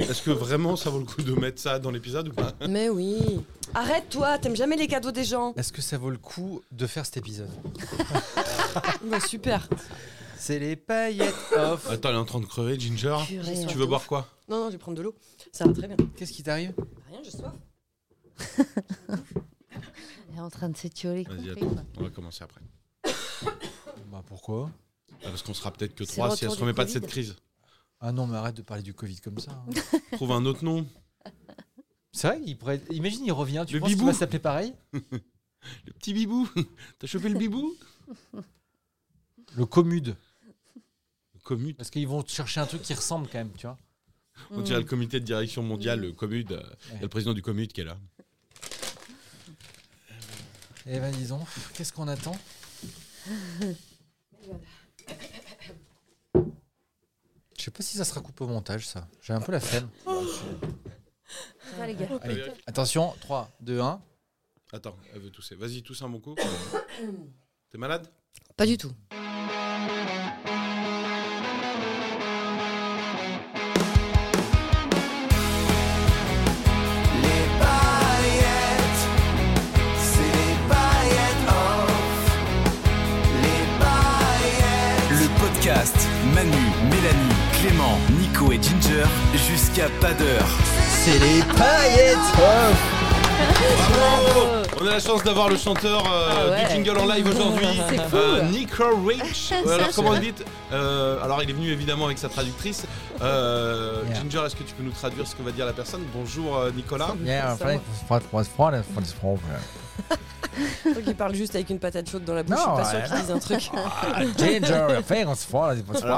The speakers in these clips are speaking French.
Est-ce que vraiment ça vaut le coup de mettre ça dans l'épisode ou pas Mais oui. Arrête toi, t'aimes jamais les cadeaux des gens. Est-ce que ça vaut le coup de faire cet épisode Bah, super. C'est les paillettes off. Attends, elle est en train de crever, Ginger. Purée, Tu hein. surtout. veux boire quoi Non, non, je vais prendre de l'eau. Ça va très bien. Qu'est-ce qui t'arrive Rien, je soif. Elle est en train de s'étioler. Vas-y, compris, attends, quoi. on va commencer après. Bah pourquoi Ah, Parce qu'on sera peut-être que C'est trois le si elle se retour remet du pas de Covid. cette crise. Ah non, mais arrête de parler du Covid comme ça. hein. Trouve un autre nom. C'est vrai, il pourrait... imagine, il revient. Tu Le penses qu'il bibou. va s'appeler pareil Le petit bibou. T'as chopé le bibou Le Comude. Mm. Le commute. Parce qu'ils vont chercher un truc qui ressemble quand même, tu vois. On dirait le comité de direction mondiale, le commute. euh, Il y a le président du commute qui est là. Eh ben disons, qu'est-ce qu'on attend Je sais pas si ça sera coupé au montage, ça. J'ai un peu la flemme. Ça, les gars. Allez, attention, 3, 2, 1. Attends, elle veut tousser. Vas-y, tousse un bon coup. T'es malade Pas du tout. Le podcast Manu, Mélanie, Clément, Nico et Ginger jusqu'à pas d'heure. C'est les paillettes off Bravo On a la chance d'avoir le chanteur euh, Ah ouais. du jingle en live aujourd'hui, C'est fou. euh, Nico Rich. Ouais, alors comment vous dites Euh, Alors il est venu évidemment avec sa traductrice. Euh, Yeah. Ginger, est-ce que tu peux nous traduire ce que va dire la personne Bonjour euh, Nicolas. Yeah, Ça va. Toi qui parle juste avec une patate chaude dans la bouche, Non, je suis pas ouais. sûr qu'il dise un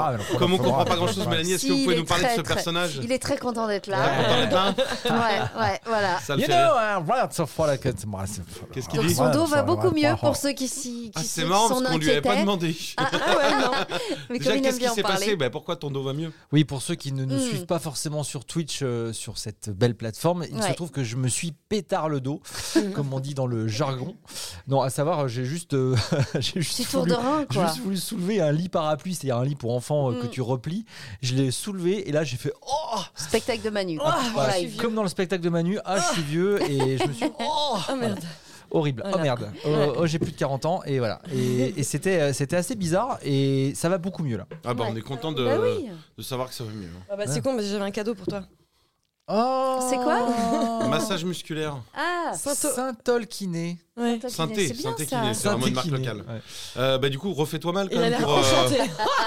truc. Comme on comprend pas grand-chose, Mélanie, est-ce que Si, vous pouvez il nous est parler de très, ce très- personnage Il est très content d'être Très content là. d'être là. ouais, ouais, voilà. Ça me You fait know, rire. I write so far like it's myself. Qu'est-ce qu'il Donc dit son dos va Ouais, beaucoup ouais, mieux ouais. pour ceux qui s'y Ah, qui C'est s'en- marrant s'en parce qu'on lui avait pas inquiétaient. demandé. Ah, ah ouais, non. Mais Déjà, comme il aime qu'est-ce qui bien en s'est parler. passé Ben, Pourquoi ton dos va mieux Oui, pour ceux qui ne nous Mm. suivent pas forcément sur Twitch, euh, sur cette belle plateforme, il se Ouais. trouve que je me suis pétard le dos, comme on dit dans le jargon. Non, à savoir, euh, j'ai juste, euh, j'ai juste, Petit tour voulu- de rein, j'ai quoi. juste voulu soulever un lit parapluie, c'est-à-dire un lit pour enfants euh, que Mm. tu replies. Je l'ai soulevé et là j'ai fait oh, Spectacle de Manu. bah, Voilà, Oh, je suis vieux. comme dans le spectacle de Manu, ah, je suis vieux et je me suis oh, Ah merde. horrible. Oh Voilà. merde, oh, Ouais. oh, j'ai plus de 40 ans et voilà. Et, et c'était, euh, c'était assez bizarre et ça va beaucoup mieux là. Ah bah Ouais. on est content Bah de oui. de savoir que ça va mieux. Ah bah, c'est con, mais j'avais un cadeau pour toi. Oh, C'est quoi Massage musculaire. Ah, Saint-Olkiné. Ouais. Synthé, c'est bien synthé ça. kiné. C'est vraiment une marque Saint-Olkiné, locale. ouais. Euh, bah du coup, refais-toi mal quand Il a même l'air pour euh, enchanté.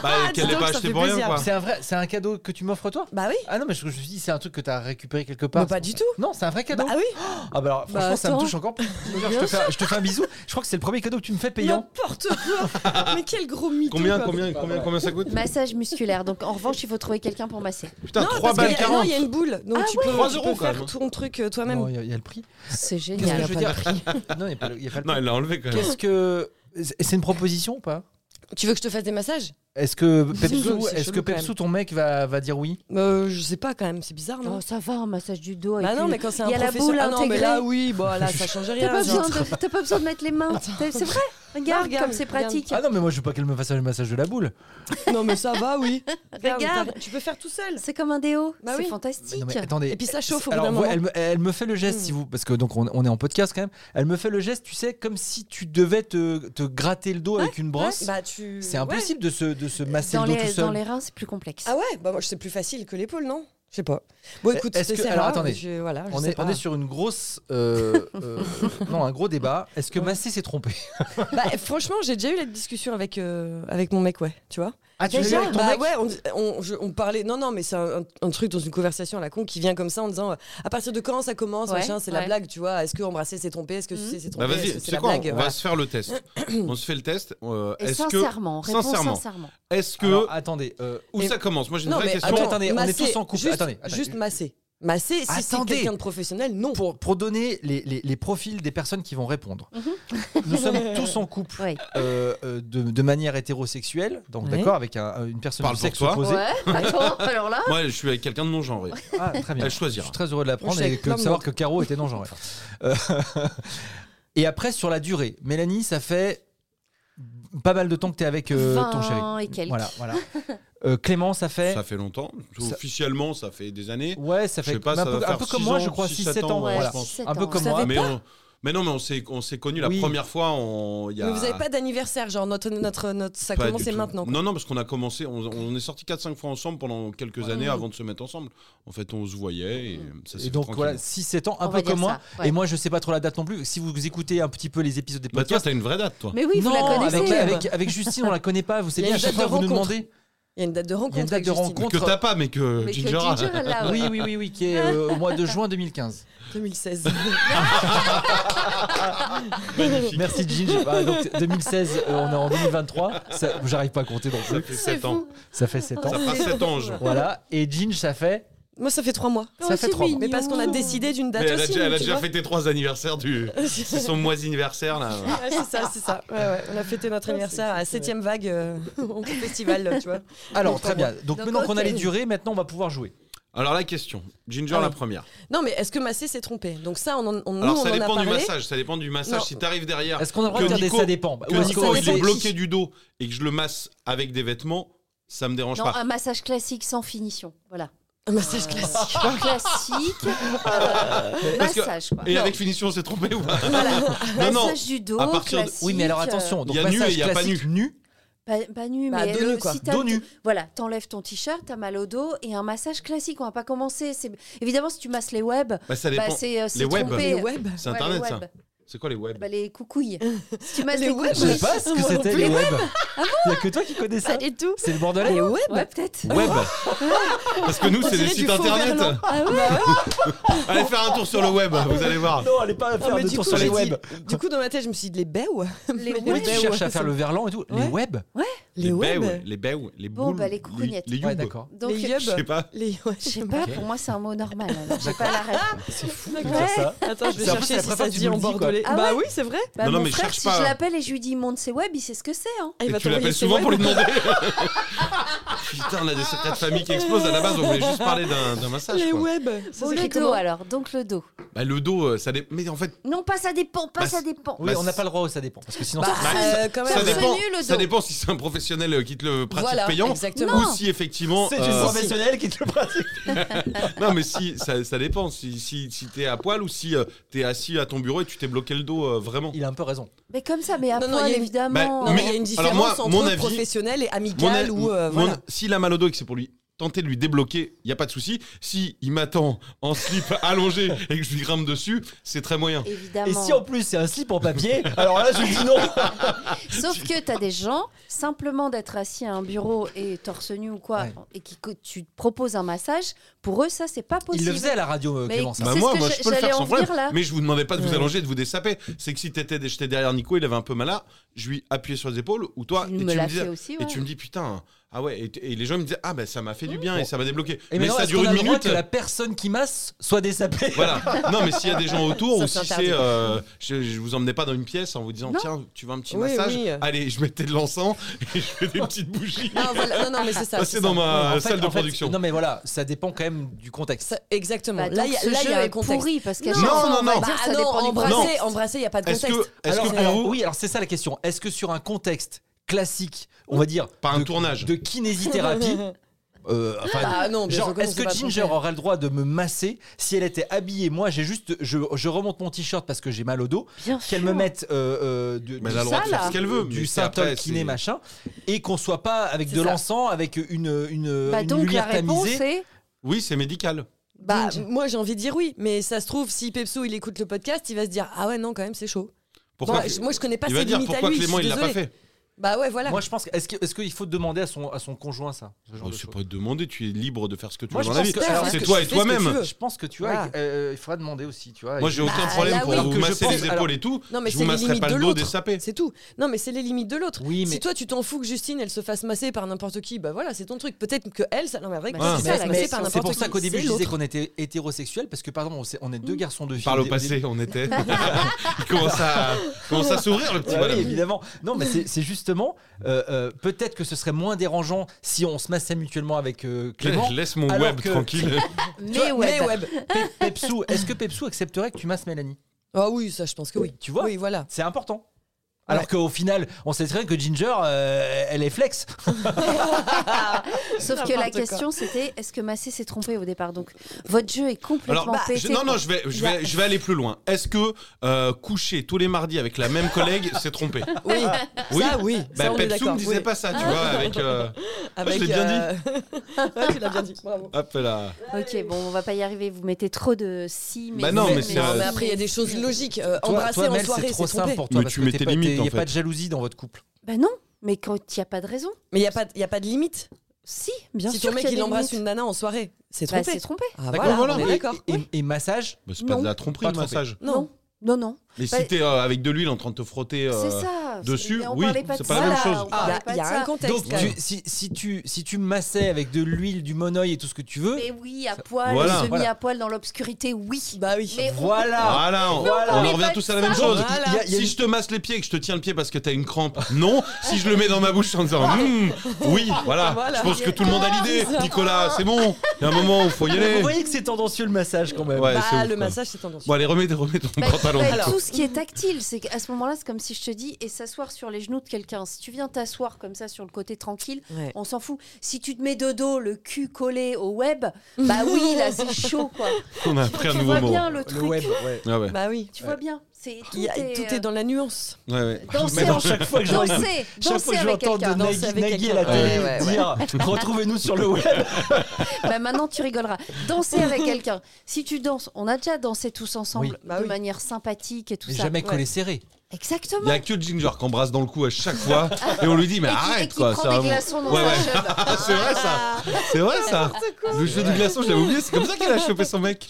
bah, qu'elle Ah, dis l'ait donc, pas ça acheté fait pour rien plaisir. quoi. C'est un vrai, c'est un cadeau que tu m'offres toi Bah oui. Ah non, mais je, je me suis dit, c'est un truc que t'as récupéré quelque part. Bah, pas du tout. Non, c'est un vrai cadeau. Bah oui. Ah bah Bah, alors, franchement, ça me attends. touche encore. plus. je, te fais, je te fais un bisou. Je crois que c'est le premier cadeau que tu me fais payant. N'importe quoi. mais quel gros mytho. Combien, quoi. combien, combien, combien ça coûte Massage musculaire. Donc en revanche, il faut trouver quelqu'un pour masser. Putain, Non, 3 parce balles qu'il y a- non, 40 il y a une boule. Donc tu peux, Trois tu euros, peux quand faire même. ton truc euh, Non, toi-même. il y, a- il y a le prix. C'est Qu'est-ce que génial. je veux dire Non, il n'y a pas le, il y a pas le Non, prix. elle l'a enlevé quand même. Qu'est-ce que. c'est- C'est une proposition ou pas Tu veux que je te fasse des massages Est-ce que C'est chelou, Pepsou, c'est est-ce que chelou, quand Pepsou, ton mec va, va dire oui euh, Je sais pas quand même, Ah c'est bizarre, non Oh, ça va, un massage du dos. Bah avec non, une- mais quand c'est un il y a la professeur. boule ah non, mais là intégrée. oui, bon là ça change rien. T'as pas, genre. besoin de... t'as pas besoin de mettre les mains. T'as- C'est vrai. Regarde, regarde, comme c'est regarde. pratique. Ah non, mais moi je veux pas qu'elle me fasse le massage de la boule. Non mais ça va, oui. Regarde, Regarde. t'as- tu peux faire tout seul. C'est comme un déo. Bah c'est oui. fantastique. Non, mais attendez. Et puis ça chauffe au bout Alors, d'un ouais, moment. Hmm. Elle, me- elle me fait le geste, si vous, parce que donc on, on est en podcast quand même. Elle me fait le geste, tu sais, comme si tu devais te, te gratter le dos avec une brosse. Ouais, Euh, bah, tu... c'est impossible de se de se masser dans, le dos les, tout dans seul. les reins, c'est plus complexe. Ouais. Ah ouais, bah moi c'est plus facile que l'épaule, non Je sais pas. Bon écoute, Est-ce que- t'essaieras, alors, attendez. je- voilà, je On sais est, pas. on est sur une grosse. euh, euh, non, un gros débat. Est-ce que Massé s'est trompé Bah, franchement, j'ai déjà eu la discussion avec euh, avec mon mec, ouais, tu vois. Ah, tu l'as vu Déjà, avec ton bah mec ouais, on, on- je- on parlait. Non, non, mais c'est un, un truc dans une conversation à la con qui vient comme ça en disant euh, à partir de quand ça commence, Ouais, machin, c'est ouais. la blague, tu vois. Est-ce que embrasser c'est tromper Est-ce que Mhm. sucer c'est Bah tromper vas-y, Est-ce que tu c'est sais la quoi, on blague euh, va Voilà. se faire le test. on se fait le test. euh, Et Est-ce que. sincèrement, réponds sincèrement. sincèrement. Est-ce que. Alors, attendez. euh, où et- ça commence Moi j'ai une Non, vraie mais question. attends, attendez, on est masser, tous en couple. Juste, Attendez, attendez. juste masser. Masser, si c'est Attendez. quelqu'un de professionnel, non. pour, pour donner les, les- les profils des personnes qui vont répondre, nous sommes tous en couple Ouais. euh, euh, de, de manière hétérosexuelle, donc Ouais. d'accord, avec un- une personne Parle du pour sexe toi. opposé. Ouais, attends, alors là. Moi je suis avec quelqu'un de non genré. Ah, très bien. Elle choisira. Je suis très heureux de l'apprendre Moi, je suis et avec que, de plein de savoir monde. que Caro était non genré. Euh, et après, sur la durée, Mélanie, ça fait pas mal de temps que tu es avec euh, ton 20 chéri. et quelques. Voilà, voilà. Euh, Clément, ça fait. Ça fait longtemps. Ça- Officiellement, ça fait des années. Ouais, ça Je fait sais pas, mais un ça peu, va un faire peu comme six moi, ans, je crois, six, 6-7 sept ans. ans, ouais, voilà. je pense. Un peu comme Ça moi. fait Mais, pas. on... mais non, mais on s'est, on s'est connus la Oui. première fois. On... il Y a... Mais vous n'avez pas d'anniversaire, genre notre, notre, notre, ça Pas du commence tout. maintenant. quoi. Non, non, parce qu'on a commencé, on, on est sortis 4-5 fois ensemble pendant quelques années avant de se mettre ensemble. En fait, on se voyait et ça s'est Et fait Bah, donc voilà, tranquillement. 6-7 ans, un On peu va dire comme moi. ça, ouais. Et moi, je sais pas trop la date non plus. Si vous écoutez un petit peu les épisodes des Bah, toi, podcasts. t'as une vraie date, toi. Mais oui, vous non, la connaissez. hein. avec, avec, avec Justine, on la connaît pas. Vous Il y savez, a à une chaque date fois, de vous nous rencontre. demandez. Il y a une date de rencontre. Il y a une date avec de Justine. rencontre. Que t'as pas, mais que Mais que Ginger a. Ginger, elle l'a, ouais. Oui, oui, oui, oui, qui est euh, au mois de juin 2015. 2016. Merci Ginger. Ah, donc 2016, euh, on est en 2023. Ça- J'arrive pas à compter non Ça plus. fait C'est 7 fou. ans. Ça fait 7 ans. Ça fera 7 ans, Bah, Jean. Voilà. Et Ginger, ça fait. Moi, ça fait trois mois. Ça fait trois mois. Mais parce qu'on a décidé d'une date Mais elle a aussi. déjà, elle a tu déjà vois. fêté trois anniversaires du. C'est son mois anniversaire là. Ouais, Ah, c'est ça, c'est ça. Ouais, ouais. On a fêté Ah, notre anniversaire à 7ème vague euh, au festival, tu vois. Alors très bien. Donc, Donc, maintenant qu'on a ok. les durées, maintenant on va pouvoir jouer. Alors la question, Ginger Ah oui. la première. Non, mais est-ce que Massé s'est trompé Donc ça, on en, on, Alors nous, ça on en a dépend parlé. du massage, ça dépend du massage. Non. Si t'arrives derrière, Est-ce qu'on a le droit Ah. Que de dire des Nico- ça dépend que Ou est-ce Nico qu'on- il est dépend. bloqué du dos et que je le masse avec des vêtements, ça me dérange Non, pas. un massage classique sans finition. Voilà. Un massage classique. Classique. euh, Parce que- massage, quoi. Et avec finition, c'est trompé ou pas Voilà. Non, non. Massage du dos. À partir de- classique, Oui, mais alors euh, attention. Donc y a nu massage et y a pas classique nu. Pas, pas nu, Bah, mais dos le- nu, quoi. si t'as- Dos nu. Voilà, t'enlèves ton t-shirt, t'as mal au dos et un massage classique. On va pas commencer. C'est évidemment si tu masses les web, Bah, ça bah, dépend. c'est euh, c'est Les web. trompé. Les web. C'est Ouais, internet les ça. web. C'est quoi les web Bah, les coucouilles. si tu masses Les les, web. Je sais coucouilles, pas ce que Moi non c'était plus. les web. Il y a que toi qui connais ça. Ah, pas du tout. C'est le bordelais. Les web Ouais, peut-être. Web. Parce que nous, On c'est des dirait du sites faux internet. Berlin. Ah Allez faire un tour sur le web, vous allez voir. Non, allez pas faire Ah, mais de du tour coup, sur j'ai les dit- web. Du coup, dans ma tête, je me suis dit les béou. Les Mais web. Oui, les tu béou, cherches à ça faire me- le verlan et tout. Les Ouais. web Les beaux, web. les beaux, les boules. Bon, bah, les les, cougounettes. les Ouais, youbes. ah, d'accord. Donc, les Je sais yub. pas. Les ouais, je sais pas, Ok. pour moi c'est un mot normal. alors, J'ai pas la ref. C'est fou de D'accord. dire bah, ça. Attends, je vais C'est- en plus, c'est chercher la si première fois ça que se tu dit nous en le dis, quoi. bordelais. Ah Bah ouais oui, c'est vrai. Bah, Non, non, mon mais frère, cherche si pas. je l'appelle et je lui dis monte ses web, il sait ce que c'est. Hein. Ah, il Et va tu t'envoyer l'appelles ses souvent web. pour lui demander. Putain, on a des secrets de famille qui explosent. À la base, on voulait juste parler d'un d'un massage. Les quoi. web. Ça Bon, le s'écrit dos comment alors, donc le dos. Bah, le dos, euh, ça dépend. Mais en fait, Non, pas ça dépend, pas Bah, ça c'est- dépend. Oui, Bah, on n'a pas le droit au ça dépend. Parce que sinon, Bah, ça- Bah, ça- euh, quand ça même. Personne dépend, nul, le ça dos. dépend si c'est un professionnel euh, qui te le pratique Voilà, payant exactement. ou si effectivement. euh, qui te le pratique. Non, mais si, ça, ça dépend. Si, si, si t'es à poil ou si euh, t'es assis à ton bureau et tu t'es bloqué le dos euh, vraiment. Il a un peu raison. Mais comme ça, mais à Non, non, poil, il y a une- Bah, évidemment. Non, mais Mais- il y a une alors différence moi, entre mon avis- professionnel et Mon amical a- ou euh, mon- voilà. S'il a mal au dos et que c'est pour lui tenter de lui débloquer, il y a pas de souci. Si il m'attend en slip allongé et que je lui grimpe dessus, c'est très moyen. euh, Ah, Évidemment. Et si en plus c'est un slip en papier, alors là je dis non. Sauf que t'as des gens, simplement d'être assis à un bureau et torse nu ou quoi, Ouais. et qui que tu te proposes un massage, pour eux, ça, c'est pas possible. Il le faisait à la radio, euh, Mais Clément. ça. c'est Bah ce moi, que moi j'a- je peux le j'allais faire en sans problème. venir, là. Mais je vous demandais pas de vous allonger et de vous dessaper. C'est que si t'étais j'étais derrière Nico, il avait un peu mal là, je lui appuyais sur les épaules ou toi et Il me tu me l'a disais fait aussi, et ouais. tu me dis putain ah ouais et, t- et les gens me disaient ah ben ça m'a fait du bien Bon. et ça m'a débloqué. Et mais maintenant, ça est-ce dure qu'on a une le droit minute. que la personne qui masse soit désapée. Voilà. Non mais s'il y a des gens autour Ça, ou c'est si interdit. c'est euh, je, je vous emmenais pas dans une pièce en vous disant Non. tiens tu veux un petit Oui, massage oui. allez je mettais de l'encens et je fais des petites bougies. Ah, Non, voilà, non, non, mais c'est ça. Ça, c'est c'est dans ça. ma En fait- salle de en fait, production. non mais voilà, ça dépend quand même du contexte. Ça- exactement. Bah, là, il y a, là, il y a un contexte. pourri, parce qu'à Non, chaque fois, non, on va non. dire, Bah, ça non, dépend du contexte. embrasser, embrasser, il n'y a pas de Est-ce contexte. que est-ce Alors, que alors, pour vous oui, alors c'est ça la question. Est-ce que sur un contexte classique, on va dire, Pas un de, tournage. de kinésithérapie, euh, enfin, Ah non, bien sûr genre, que non, est-ce c'est que pas Ginger trompé. aurait le droit de me masser si elle était habillée Moi, j'ai juste, je, je remonte mon t-shirt parce que j'ai mal au dos, Bien qu'elle sûr. me mette euh, euh, Mais de, du elle a le droit de sale, faire ce qu'elle veut, mais du c'est syntol après, kiné c'est- machin, et qu'on soit pas avec C'est de ça. l'encens, avec une euh, une, Bah, une donc, la lumière réponse tamisée. est. oui c'est médical. Bah, Binge. moi j'ai envie de dire oui, mais ça se trouve, si Pepsou il écoute le podcast, il va se dire Ah ouais, non, quand même, c'est chaud. Pourquoi Bon, je- moi je connais pas Il ses va dire limites à pourquoi lui. je Clément suis il l'a pas désolée. fait. Bah ouais, voilà. Moi, je pense. que- Est-ce que- est-ce qu'il faut demander à son, à son conjoint ça ce genre Oh, de c'est choses pas demandé, tu es libre de faire ce que tu Moi, veux je dans la pense vie. que- alors, c'est que toi tu et fais ce que toi-même. tu veux. Je pense que tu vois, Voilà. euh, il faudra demander aussi, tu vois. Moi, j'ai Et- aucun Bah, problème là, pour oui. vous Que je masser pense- les épaules alors- et tout. Non, mais je c'est vous les masserai limites pas de le dos des l'autre. sapés. C'est tout. Non, mais c'est les limites de l'autre. Oui, mais- Si toi, tu t'en fous que Justine, elle se fasse masser par n'importe qui, bah voilà, c'est ton truc. Peut-être que elle, ça l'emmerderait que Bah, toi, c'est tu te ça, fasses la masser question. par Ah, C'est n'importe pour qui. ça qu'au début, C'est je disais l'autre. Mmh. qu'on était hétérosexuels parce que, pardon, on, s'est- on est deux garçons de filles. Par le passé, on était. il commence à, commence à s'ouvrir, le petit Bah Ouais, Bah oui, bonhomme. évidemment. Non, mais c'est c'est justement, euh, euh, peut-être que ce serait moins dérangeant si on se massait mutuellement avec euh, Clément. Je laisse mon alors web que- tranquille. Tu vois, Mais Mais ouais. web. Pe- Pepsou, est-ce que Pepsou accepterait que tu masses Mélanie Ah oui, ça, je pense que oui. Tu vois Oui, voilà. C'est important. Alors qu'au final, on sait très bien que Ginger, euh, elle est flex. Ah, Sauf que la N'importe quoi. question c'était est-ce que Massé s'est trompé au départ Donc votre jeu est complètement Alors, bah, pété. je- non, non, je vais, je, vais, je vais aller plus loin. Est-ce que euh, coucher tous les mardis avec la même collègue, c'est trompé Oui. Oui. Ça, oui. Ça, bah, on est Pepsou d'accord. me disait Oui. pas ça, tu vois, avec. euh, Avec, je l'ai bien euh, ouais, tu l'as bien dit. Bravo. hop là. Ok, bon, on va pas y arriver. Vous mettez trop de si, mais. Bah non, si, mais c'est- Non, euh, mais après, il y a des choses Bah, logiques. Euh, Toi- embrasser toi, en Mel, soirée, c'est trop c'est simple trompé. pour toi. Mais parce tu que mets t'es tes pas- limites, Il n'y en a pas fait. de jalousie dans votre couple. Bah non, mais quand il n'y a pas de raison. Mais il n'y a, pas de- il y a pas de limite. Si, bien si sûr. ton mec, qu'il y a il des embrasse limites. une nana en soirée, c'est Bah, trompé. c'est trompé. Ah, voilà, D'accord, voilà. on est Oui. d'accord. Et, Oui. et massage Bah, c'est pas Non. de la tromperie, Pas le trompé. massage. Non. Non, non. Mais Bah, si t'es euh, avec de l'huile en train de te frotter. euh, c'est ça. dessus, Mais on oui, parlait pas c'est de pas ça, la même là, chose. on Ah, parlait pas il y de a un ça. contexte. Donc, quand tu- même. si, si tu, si tu massais avec de l'huile, du monoeil et tout ce que tu veux, Mais Eh oui, à poil, Voilà. semi Voilà. à poil dans l'obscurité, oui. Bah oui. Mais voilà. Voilà, on, Voilà. on Mais en revient pas tous de à la même ça. chose. Voilà. Il y a- il y a Si une- je te masse les pieds et que je te tiens le pied parce que t'as une crampe, non. Si je le mets dans ma bouche en disant, Hmm, oui, voilà. Voilà. Je pense que tout le monde a l'idée. Nicolas, c'est bon. Il y a un moment où il faut y aller. Vous voyez que c'est tendancieux le massage quand même. Ouais, c'est ouf, Bah, quoi. le massage, c'est tendance. Bon, allez, remets, remets ton Bah, pantalon. bah, du coup. tout ce qui est tactile, c'est qu'à ce moment-là, c'est comme si je te dis et s'asseoir sur les genoux de quelqu'un. Si tu viens t'asseoir comme ça sur le côté tranquille, Ouais. on s'en fout. Si tu te mets de dos, le cul collé au web, bah oui, là c'est chaud quoi. On a appris un tu nouveau vois mot. bien le Le truc. web, ouais. Ah ouais. Bah oui. Tu vois bien, c'est tout, Il y a- est, euh, Tout est dans la nuance. Ouais, ouais. Danser, Mais en- dans- chaque fois que je danser, Chaque fois danser que avec j'entends de quelqu'un. Danser Nagui, avec Nagui à la quelqu'un. télé Ouais, ouais, ouais. dire retrouvez-nous sur le web. Bah maintenant tu rigoleras. Danser avec quelqu'un. Si tu danses, on a déjà dansé tous ensemble Oui. Bah de oui. manière sympathique et tout Mais ça. jamais ouais. collé serré. Exactement. Il y a que Ginger qu'on brasse dans le cou à chaque fois et on lui dit mais et qui, et arrête qui quoi. prend c'est des un- glaçons dans Ouais, sa ouais. cheveux. Ah, c'est vrai ça. C'est vrai ça. Le jeu du glaçon, je l'avais oublié. C'est comme ça qu'elle a chopé son mec.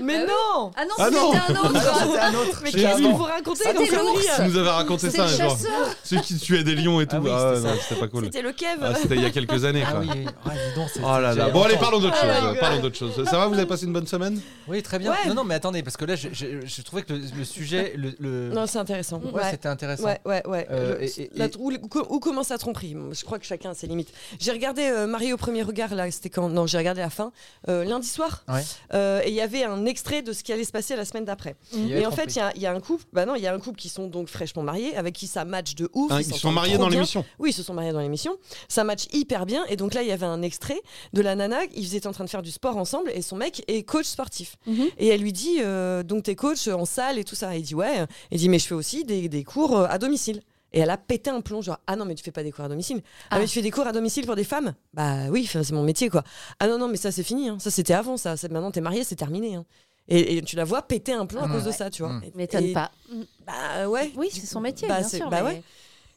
Mais non Ah non, Ah non. c'était un autre. un autre. Bah Mais J'ai qu'est-ce vu. que vous racontez C'était comme l'ours. connerie euh Tu nous avait raconté C'était ça le un jour. chasseur. Ceux qui tuaient des lions et tout. Ah oui, ouais, c'était non, ça. c'était pas cool. C'était le kev. Ah, c'était il y a quelques années Ah quoi. oui, oui. Ah, dis donc, c'est- Oh là c'est- là. Bon allez longtemps. parlons d'autre Ah, chose. Parlons d'autre chose. Ça va vous avez passé une bonne semaine Oui, très bien. Ouais. Non, non, mais attendez, parce que là, je, je- je trouvais que le, le sujet, le, le- Non, c'est intéressant. ouais, Ouais. c'était intéressant. Ouais, ouais, ouais. Euh, Le- et- et- la- et- Où, où commence la tromperie Je crois que chacun a ses limites. J'ai regardé euh, Marie au premier regard, là, c'était quand Non, j'ai regardé la fin, euh, lundi soir. Ouais. Euh, et il y avait un extrait de ce qui allait se passer la semaine d'après. Il y avait Et en trompé. fait, il y a- il y, a un couple, bah non, il y a un couple qui sont donc fraîchement mariés, avec qui ça match de ouf. Hein, Ils se sont s'entendent mariés trop dans bien. l'émission. Oui, ils se sont mariés dans l'émission. Ça match hyper bien. Et donc là, il y avait un extrait de la nana. Ils étaient en train de faire du sport ensemble et son mec est coach sportif. Mhm. Et elle lui dit euh, Donc, t'es coach en salle et tout ça. Et il dit Ouais. Il dit Mais je fais aussi des, des cours euh, à domicile. Et elle a pété un plomb, genre Ah non, mais tu fais pas des cours à domicile. Ah, mais tu fais des cours à domicile pour des femmes Bah oui, enfin, c'est mon métier quoi. Ah non, non, mais ça c'est fini. hein. Ça c'était avant, ça. C'est- Maintenant, t'es marié, c'est terminé. hein. Et, et tu la vois péter un plomb à Mm. cause de ça, tu vois. Mm. Et- M'étonne et- pas. Bah ouais. Oui, c'est son métier, Bah, bien c'est- sûr. bah mais- ouais.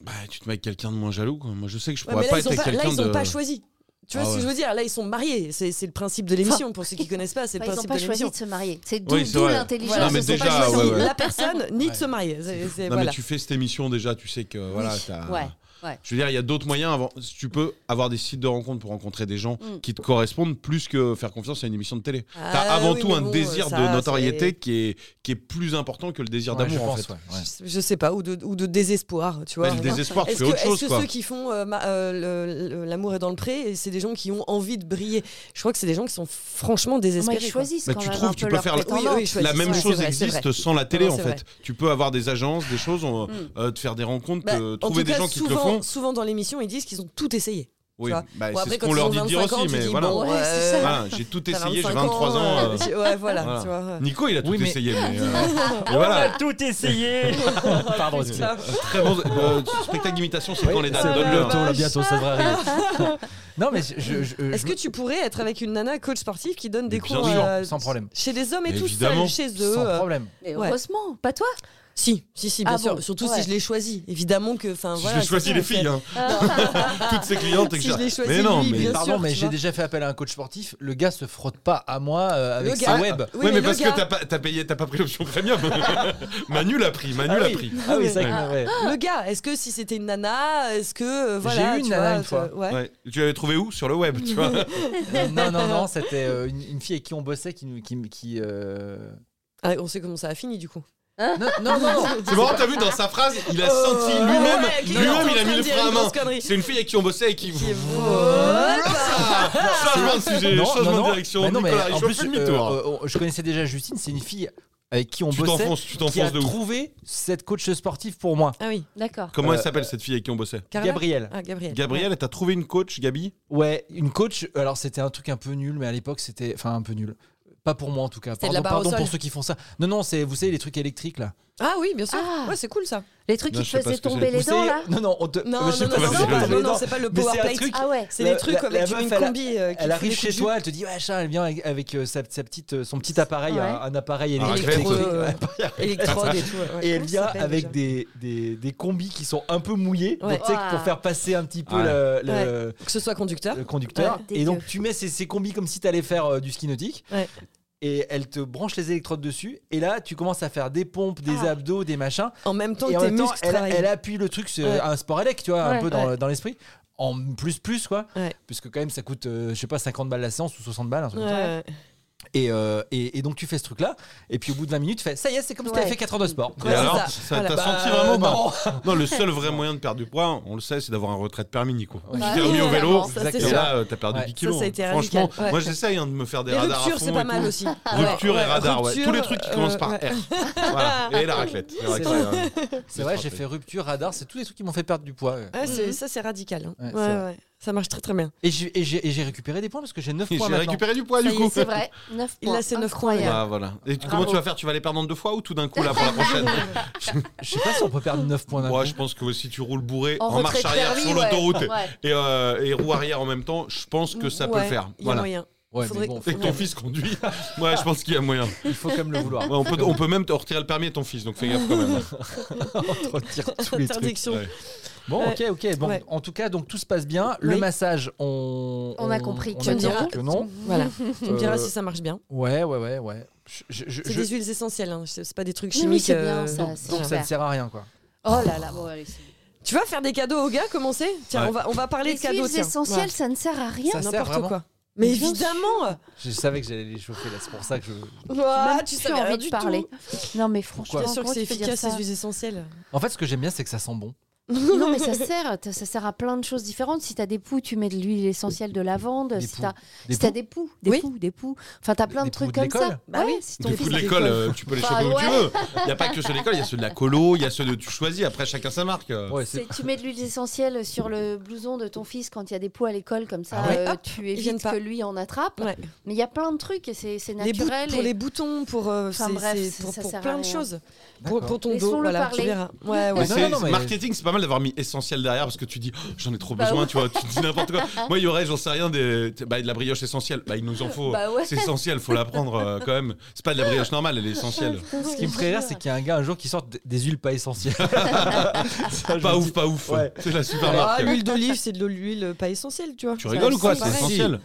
Bah tu te mets avec quelqu'un de moins jaloux. quoi. Moi je sais que je Ouais, pourrais mais pas là, être ils ont avec pas, là, quelqu'un ils ont de. pas choisi. Tu Ah vois ce que ouais. je veux dire Là, ils sont mariés. C'est c'est le principe de l'émission. Pour ceux qui connaissent pas, c'est le Enfin, ils n'ont principe pas de choisi l'émission. de se marier. C'est d'où Oui, c'est d'où vrai. l'intelligence. Voilà, de mais son ils ont déjà, pas patient. choisi ouais, ouais. la personne ni de se marier. C'est- c'est- Non, voilà. mais tu fais cette émission déjà, tu sais que voilà. t'as- Ouais, ouais. Je veux dire, il y a d'autres moyens. Avant... Tu peux avoir des sites de rencontres pour rencontrer des gens Mm. qui te correspondent plus que faire confiance à une émission de télé. Ah, T'as avant oui, tout mais un bon, désir ça, de c'est- notoriété qui est, qui est plus important que le désir Ouais, je d'amour, en pense, fait. ouais, ouais. Je- Je sais pas, ou de, ou de désespoir, tu vois. Mais le désespoir, tu Est-ce fais que, autre est-ce chose, que quoi. ceux qui font euh, ma- euh, le- le- l'amour est dans le pré, et c'est des gens qui ont envie de briller Je crois que c'est des gens qui sont franchement Moi, désespérés. ils quoi. choisissent Mais quand tu même trouves, un tu peu peux leur faire le- prétendant. Oui, oui, je La même Ouais, c'est chose vrai, c'est existe vrai. sans la télé, Non, en c'est fait. vrai. Tu peux avoir des agences, des choses, on- euh, te faire des rencontres, Bah, te en trouver tout des cas, gens qui te le souvent- font. Souvent dans l'émission, ils disent qu'ils ont tout essayé. Oui, vois. bah, Bon, c'est après, ce quand qu'on ils leur ont dit de dire 25 ans, aussi, tu mais dis, voilà. bon, Ouais, euh, c'est ça. Voilà, j'ai tout t'as essayé, j'ai 25 ans, 23 ans. euh, euh, tu- Ouais, voilà. voilà. tu vois, ouais. Nico, il a tout Oui, mais- essayé, mais. euh, mais voilà, tout essayé. Pardon, excusez-moi. très bon euh, spectacle d'imitation, c'est quand les dates. C'est Donne-le, le hein. taux, là, bientôt, ça devrait arriver. Non, mais je. je- je- Est-ce je- que tu pourrais être avec une nana coach sportive qui donne des Mais bien cours euh, sûr, sans problème. chez des hommes et Mais tout évidemment, seul chez eux Sans euh, problème. Mais Ouais. heureusement, pas toi. Si, si, si, bien Ah sûr. bon, Surtout ouais. si je l'ai choisi. Évidemment que. Enfin, Si voilà, je choisis c'est les ça, filles, hein. toutes ces clientes, Si je l'ai etc. choisi, Mais non, lui, mais bien Pardon, sûr, mais tu j'ai vois. déjà fait appel à un coach sportif. Le gars se frotte pas à moi euh, avec Le sa gars. Ah, web. Oui, ouais, mais, mais le parce gars- que t'as pas, t'as payé, t'as pas pris l'option premium. Manu l'a pris, Manu l'a pris. Ah oui, c'est vrai. que- ouais. Le gars, est-ce que si c'était une nana, est-ce que. euh, voilà, J'ai eu une tu nana vois, une fois. tu- Ouais. Ouais. Tu l'avais trouvé où Sur le web, tu vois. Ah. Non, non, non, c'était euh, une, une fille avec qui on bossait qui. nous- qui, qui euh, Ah, on sait comment ça a fini du coup. Non, non, non, C'est marrant, t'as vu dans sa phrase, il a Oh, senti ouais, lui-même, ouais, qu'il est lui-même, en il train a mis de le dire frein à une main. grosse connerie. C'est une fille avec qui on bossait et qui. Qui est Ah, Changement de sujet, Non, changement non, non. de direction. Bah non, mais Nicolas en Richaud, plus, plus euh, demi-tour. euh, on- je connaissais déjà Justine, c'est une fille avec qui on tu bossait. t'enfonces, tu Qui a t'enfonces de ouf. trouvé cette coach sportive pour moi, Ah oui, D'accord. Comment elle Euh, s'appelle cette fille avec qui on bossait Carla Gabrielle. Ah, Gabriel. Gabrielle, t'as trouvé une coach, Gabi Ouais, une coach. Alors c'était un truc un peu nul, mais à l'époque c'était, enfin un peu nul. Pas pour moi en tout cas. C'était de Pardon, la barre au pardon sol. pour ceux qui font ça. Non, non, c'est vous savez les trucs électriques là. Ah oui, bien sûr. Ah. Ouais, c'est cool ça. Les trucs Non, qui te je sais pas faisaient ce que c'est. tomber les Vous dents savez- là Non, non, on te- Non, mais je sais non, pas non, si si non, je non, le dis. non, non, c'est pas le Mais power c'est un plate. truc- Ah ouais. C'est La- les trucs la- avec la tu meuf, mets une elle a- combi. euh, qui Elle fait arrive des chez coups de toi, elle te dit ouais, chat, elle vient avec, avec, euh, sa, sa petite, euh, son petit appareil, Ouais. un, un appareil Ah, électrique. raclette. Ouais. jus, Électrode et tout. ouais, ouais. Et elle Comment ça vient s'appelle déjà avec des, des, des combis qui sont un peu mouillés Ouais. donc, tu sais, Ouah. pour faire passer un petit peu Ouais. le, le- Que ce soit conducteur. le conducteur. Ouais, et dégueu. donc tu mets ces, ces combis comme si tu allais faire euh, du ski nautique. Ouais. Et elle te branche les électrodes dessus. Et là, tu commences à faire des pompes, des Ah. abdos, des machins. En même temps et que en tes même temps, muscles elle, travaillent. elle appuie le truc, c'est Ouais. un sport élec, tu vois, un Ouais. peu dans, Ouais. dans l'esprit. En plus, plus, quoi. Ouais. Puisque quand même, ça coûte, euh, je sais pas, 50 balles la séance ou 60 balles. un truc comme ça. Ouais. Et, euh, et, et donc, tu fais ce truc-là. Et puis, au bout de 20 minutes, tu fais ça y est, c'est comme si t'avais Ouais. fait 4 heures de sport. Et Ouais, c'est alors, ça. ça, Voilà. t'as Bah, senti Euh, vraiment pas. non. Non, le seul vrai moyen de perdre du poids, on le sait, c'est d'avoir un retrait de permis, Nico. Ouais. Tu t'es remis au vélo, Exactement, ça, c'est et sûr. là, euh, t'as perdu Ouais. 10 Ça, kilos. ça a été Franchement, radical. Ouais. moi, j'essaye hein, de me faire des Les radars. à ruptures, fond c'est et pas tout. mal aussi. Ah, Rupture Ouais, et radar, ouais. rupture, Tous les trucs qui euh, commencent par ouais. R. Voilà. Et la raclette. La raclette, euh, C'est vrai, j'ai fait rupture, radar, c'est tous les trucs qui m'ont fait perdre du poids. ouais. Ouais, c'est- Ça, c'est radical. hein. Mhm. Ouais, c'est Ouais, vrai. ouais. Ça marche très très bien. Et j'ai- et j'ai et j'ai récupéré des points parce que j'ai 9 Et points J'ai maintenant. récupéré du poids, Ça du y est, coup. c'est vrai. 9 Il points. a ses neuf Incroyable. Ah, voilà. Et comment tu vas faire Tu vas les perdre en deux fois ou tout d'un coup, là, pour la prochaine Je sais pas si on peut perdre 9 points d'un Moi, coup. je pense que si tu roules bourré en, En marche retraite arrière permis, sur ouais. l'autoroute Ouais. et, euh, et roue arrière en même temps, je pense que ça peut Ouais, le faire. Il y a Voilà. moyen. Ouais, mais faudrait- bon, Et faut- que ton fils conduit. Ouais, je pense qu'il y a moyen. il faut quand même le vouloir. Ouais, on, peut, on peut même te retirer le permis à ton fils, donc fais gaffe quand même. On retire tous les trucs. Interdiction. Ouais. Bon, ok, Ouais. ok. Bon, Ouais. en tout cas, donc tout se passe bien. Le Oui. massage, on, On a compris. on Tu a me dit diras. que non. Voilà. Tu me diras Euh, si ça marche bien. Ouais, ouais, ouais, ouais. Je- je- je- C'est je- des huiles essentielles, hein. c'est c'est pas des trucs Oui, oui, chimiques. euh, c'est bien, ça, donc- c'est donc Donc ça ne sert à rien, quoi. Oh là là. Bon, allez, c'est bon. Tu vas faire des cadeaux aux gars, commencer Tiens, Ouais. on, va, on va parler Les de cadeaux. huiles tiens. essentielles, ça ne sert à rien. Ça Ouais. sert N'importe vraiment. quoi. Mais Bien évidemment Je savais que j'allais les chauffer là. C'est pour ça que je. Ouah, Même Tu plus savais rien envie du de tout. parler. Non, mais Bien franchement, Bien sûr que comment c'est tu peux dire efficace, ça les huiles essentielles. En fait, ce que j'aime bien, c'est que ça sent bon. Non, mais ça sert. t'as- Ça sert à plein de choses différentes. Si t'as des poux, tu mets de l'huile essentielle de Euh, lavande. Des si poux. t'as Des si t'as poux des poux, des Oui. poux, des poux. Enfin, t'as plein Des de trucs poux de comme ça. l'école Bah oui. si ton Les fils- coups de l'école, euh, tu peux les Bah choper où tu ouais. veux. Il n'y a pas que ceux de l'école, il y a ceux de la colo, il y a ceux de tu choisis. Après, chacun sa marque. euh. Ouais, c'est- C'est- Tu mets de l'huile essentielle sur le blouson de ton fils quand il y a des poux à l'école, comme ça Ah ouais. euh, Hop, tu viennent évites pas. que lui en attrape. Ouais. Mais il y a plein de trucs et c'est c'est Les bout- naturel. pour et- les boutons, pour, euh, Enfin, c'est- bref, c'est- ça- pour, ça pour sert à plein de rien. choses. Pour, D'accord. pour ton Laissons-le dos, voilà, tu parler. verras. Ouais, Mais ouais. non, c'est- non, mais- Marketing, c'est pas mal d'avoir mis essentiel derrière parce que tu dis, Oh, j'en ai trop Bah besoin, ouais. tu vois, tu dis n'importe quoi. Moi, il y aurait, j'en sais rien, des, bah, de la brioche essentielle. Bah, il nous en faut. Bah ouais. C'est essentiel, faut la prendre euh, quand même. C'est pas de la brioche normale, elle est essentielle. Ce qui me ferait rire, c'est qu'il y a un gars un jour qui sort des- des huiles pas essentielles. Ça, je Pas me ouf, dis- pas ouf. Ouais. C'est la super Ah, marque. l'huile d'olive, c'est de l'huile pas essentielle, tu vois. Tu rigoles ou quoi C'est pareil. essentiel.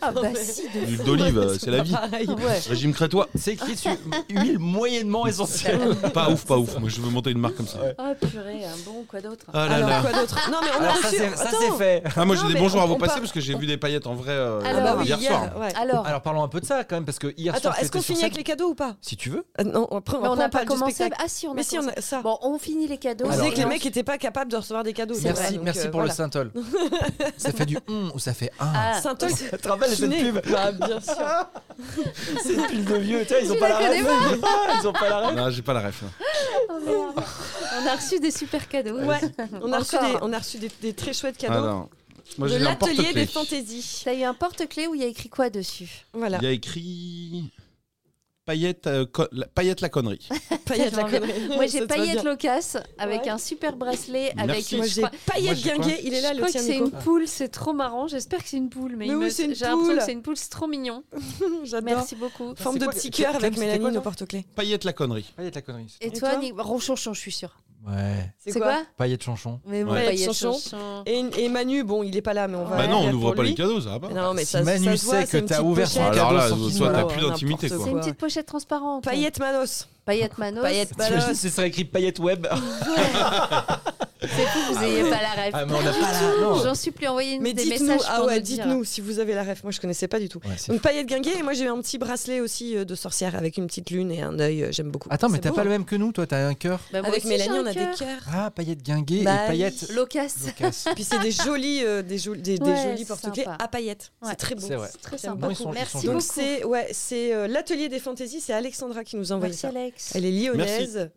Ah bah si, de L'huile d'olive, euh, c'est la vie. Pareil. Régime crétois. C'est écrit sur huile moyennement essentielle. Pas ouf, pas ouf. Moi, je veux monter une marque comme ça. Ah purée, un bon, quoi d'autre Ah là Alors, là. quoi d'autre Non, mais on a Oh Alors ça, reçu. c'est- ça, attends. c'est fait. Ah, moi, Non, j'ai des mais bons jours à on- vous on passer part- parce que j'ai vu des paillettes en vrai euh, Ah Ah bah oui, hier hier, soir. ouais. Alors, Alors parlons un peu de ça quand même parce que hier Attends, soir est-ce c'était qu'on sur finit scène. avec les cadeaux ou pas Si tu veux. Ah, Non, après, mais Euh, on après, n'a pas parle du commencé. spectacle. Ah si, on a Mais si, on commencé. a euh, ça. Bon, on finit les cadeaux. On Alors, disait que les là, mecs n'étaient pas capables de recevoir des cadeaux. Merci, c'est vrai, donc, merci euh, pour voilà. le synthol. ça fait du hum ou ça fait un. Ah. Saint-Ol, Tu te rappelles de cette Kiné. pub Bah, bien sûr. Cette pile de vieux, tu vois, ils ont Tu pas la la rêve. Ils ont pas la rêve. Non, j'ai pas la ref. là. Oh, merde. on a reçu des super cadeaux. Ouais, on a reçu, Encore. des, on a reçu des, des très chouettes Ah, cadeaux. non. Moi, de j'ai eu un l'atelier porte-clés. des fantaisies. T'as eu un porte-clés où il y a écrit quoi dessus Voilà. Il y a écrit Paillette, euh, co- la, Paillette la connerie. Paillettes, la connerie. Moi, j'ai Ça te va paillettes bien. locasse avec Ouais. un super bracelet Merci. avec. Moi, je j'ai crois- Moi, paillettes j'ai quoi guinguet. Il est là, je le crois tien, que c'est Nico. une poule, c'est trop marrant. J'espère que c'est une poule, mais, Mais il oui, me- c'est une j'ai l'impression poule. que c'est une poule, c'est trop mignon. J'adore. Merci beaucoup. Forme C'est de quoi- petit c'est- cœur avec Clem, c'était Mélanie, quoi, nos toi porte-clés. Paillette la connerie. Paillette la connerie. Et Et toi, toi Nick Ronchonchon, je suis sûre. Ouais. C'est quoi Paillette chanchon. Mais Ouais. paillettes Chanchon. chanchon. et, et Manu, bon, il est pas là, mais on va. bah non, on faire n'ouvre pour pas lui. les cadeaux, ça va pas. Mais Non, mais Si ça, Manu ça se sait voit, que c'est une t'as petite ouvert son pochette. Alors là, cadeau sans soit t'as film. plus Oh, d'intimité, n'importe quoi. C'est une quoi. petite pochette transparente. Paillette Manos. Paillettes Manos. Paillettes T'imagines, Manos. ce serait écrit paillette web. C'est fou que vous n'ayez pas la rêve. Ah, mais on n'a pas la. Non. J'en supplie, envoyez-nous Mais des dites-nous, messages ah pour ouais, nous dire. dites-nous si vous avez la ref. Moi, je connaissais pas du tout. Ouais, c'est Une paillette guinguet, et moi, j'ai eu un petit bracelet aussi euh, de sorcière avec une petite lune et un œil. euh, J'aime beaucoup. Attends, mais C'est t'as beau, pas hein. le même que nous, toi, t'as un cœur. Bah, moi Avec aussi, j'ai Mélanie, un on a des cœur. cœurs. Ah, paillette guinguet Bah oui. et paillette Locasse. locasse. Puis c'est des jolis, euh, des jolis, des, des Ouais, jolis c'est porte-clés sympa. à paillettes. Ouais. C'est très beau. C'est vrai. Très J'aime sympa. ils sont- ils sont Merci jolis. Donc beaucoup. c'est ouais, c'est euh, l'atelier des fantaisies. C'est Alexandra qui nous a envoyé Merci ça. Alex. Elle est lyonnaise.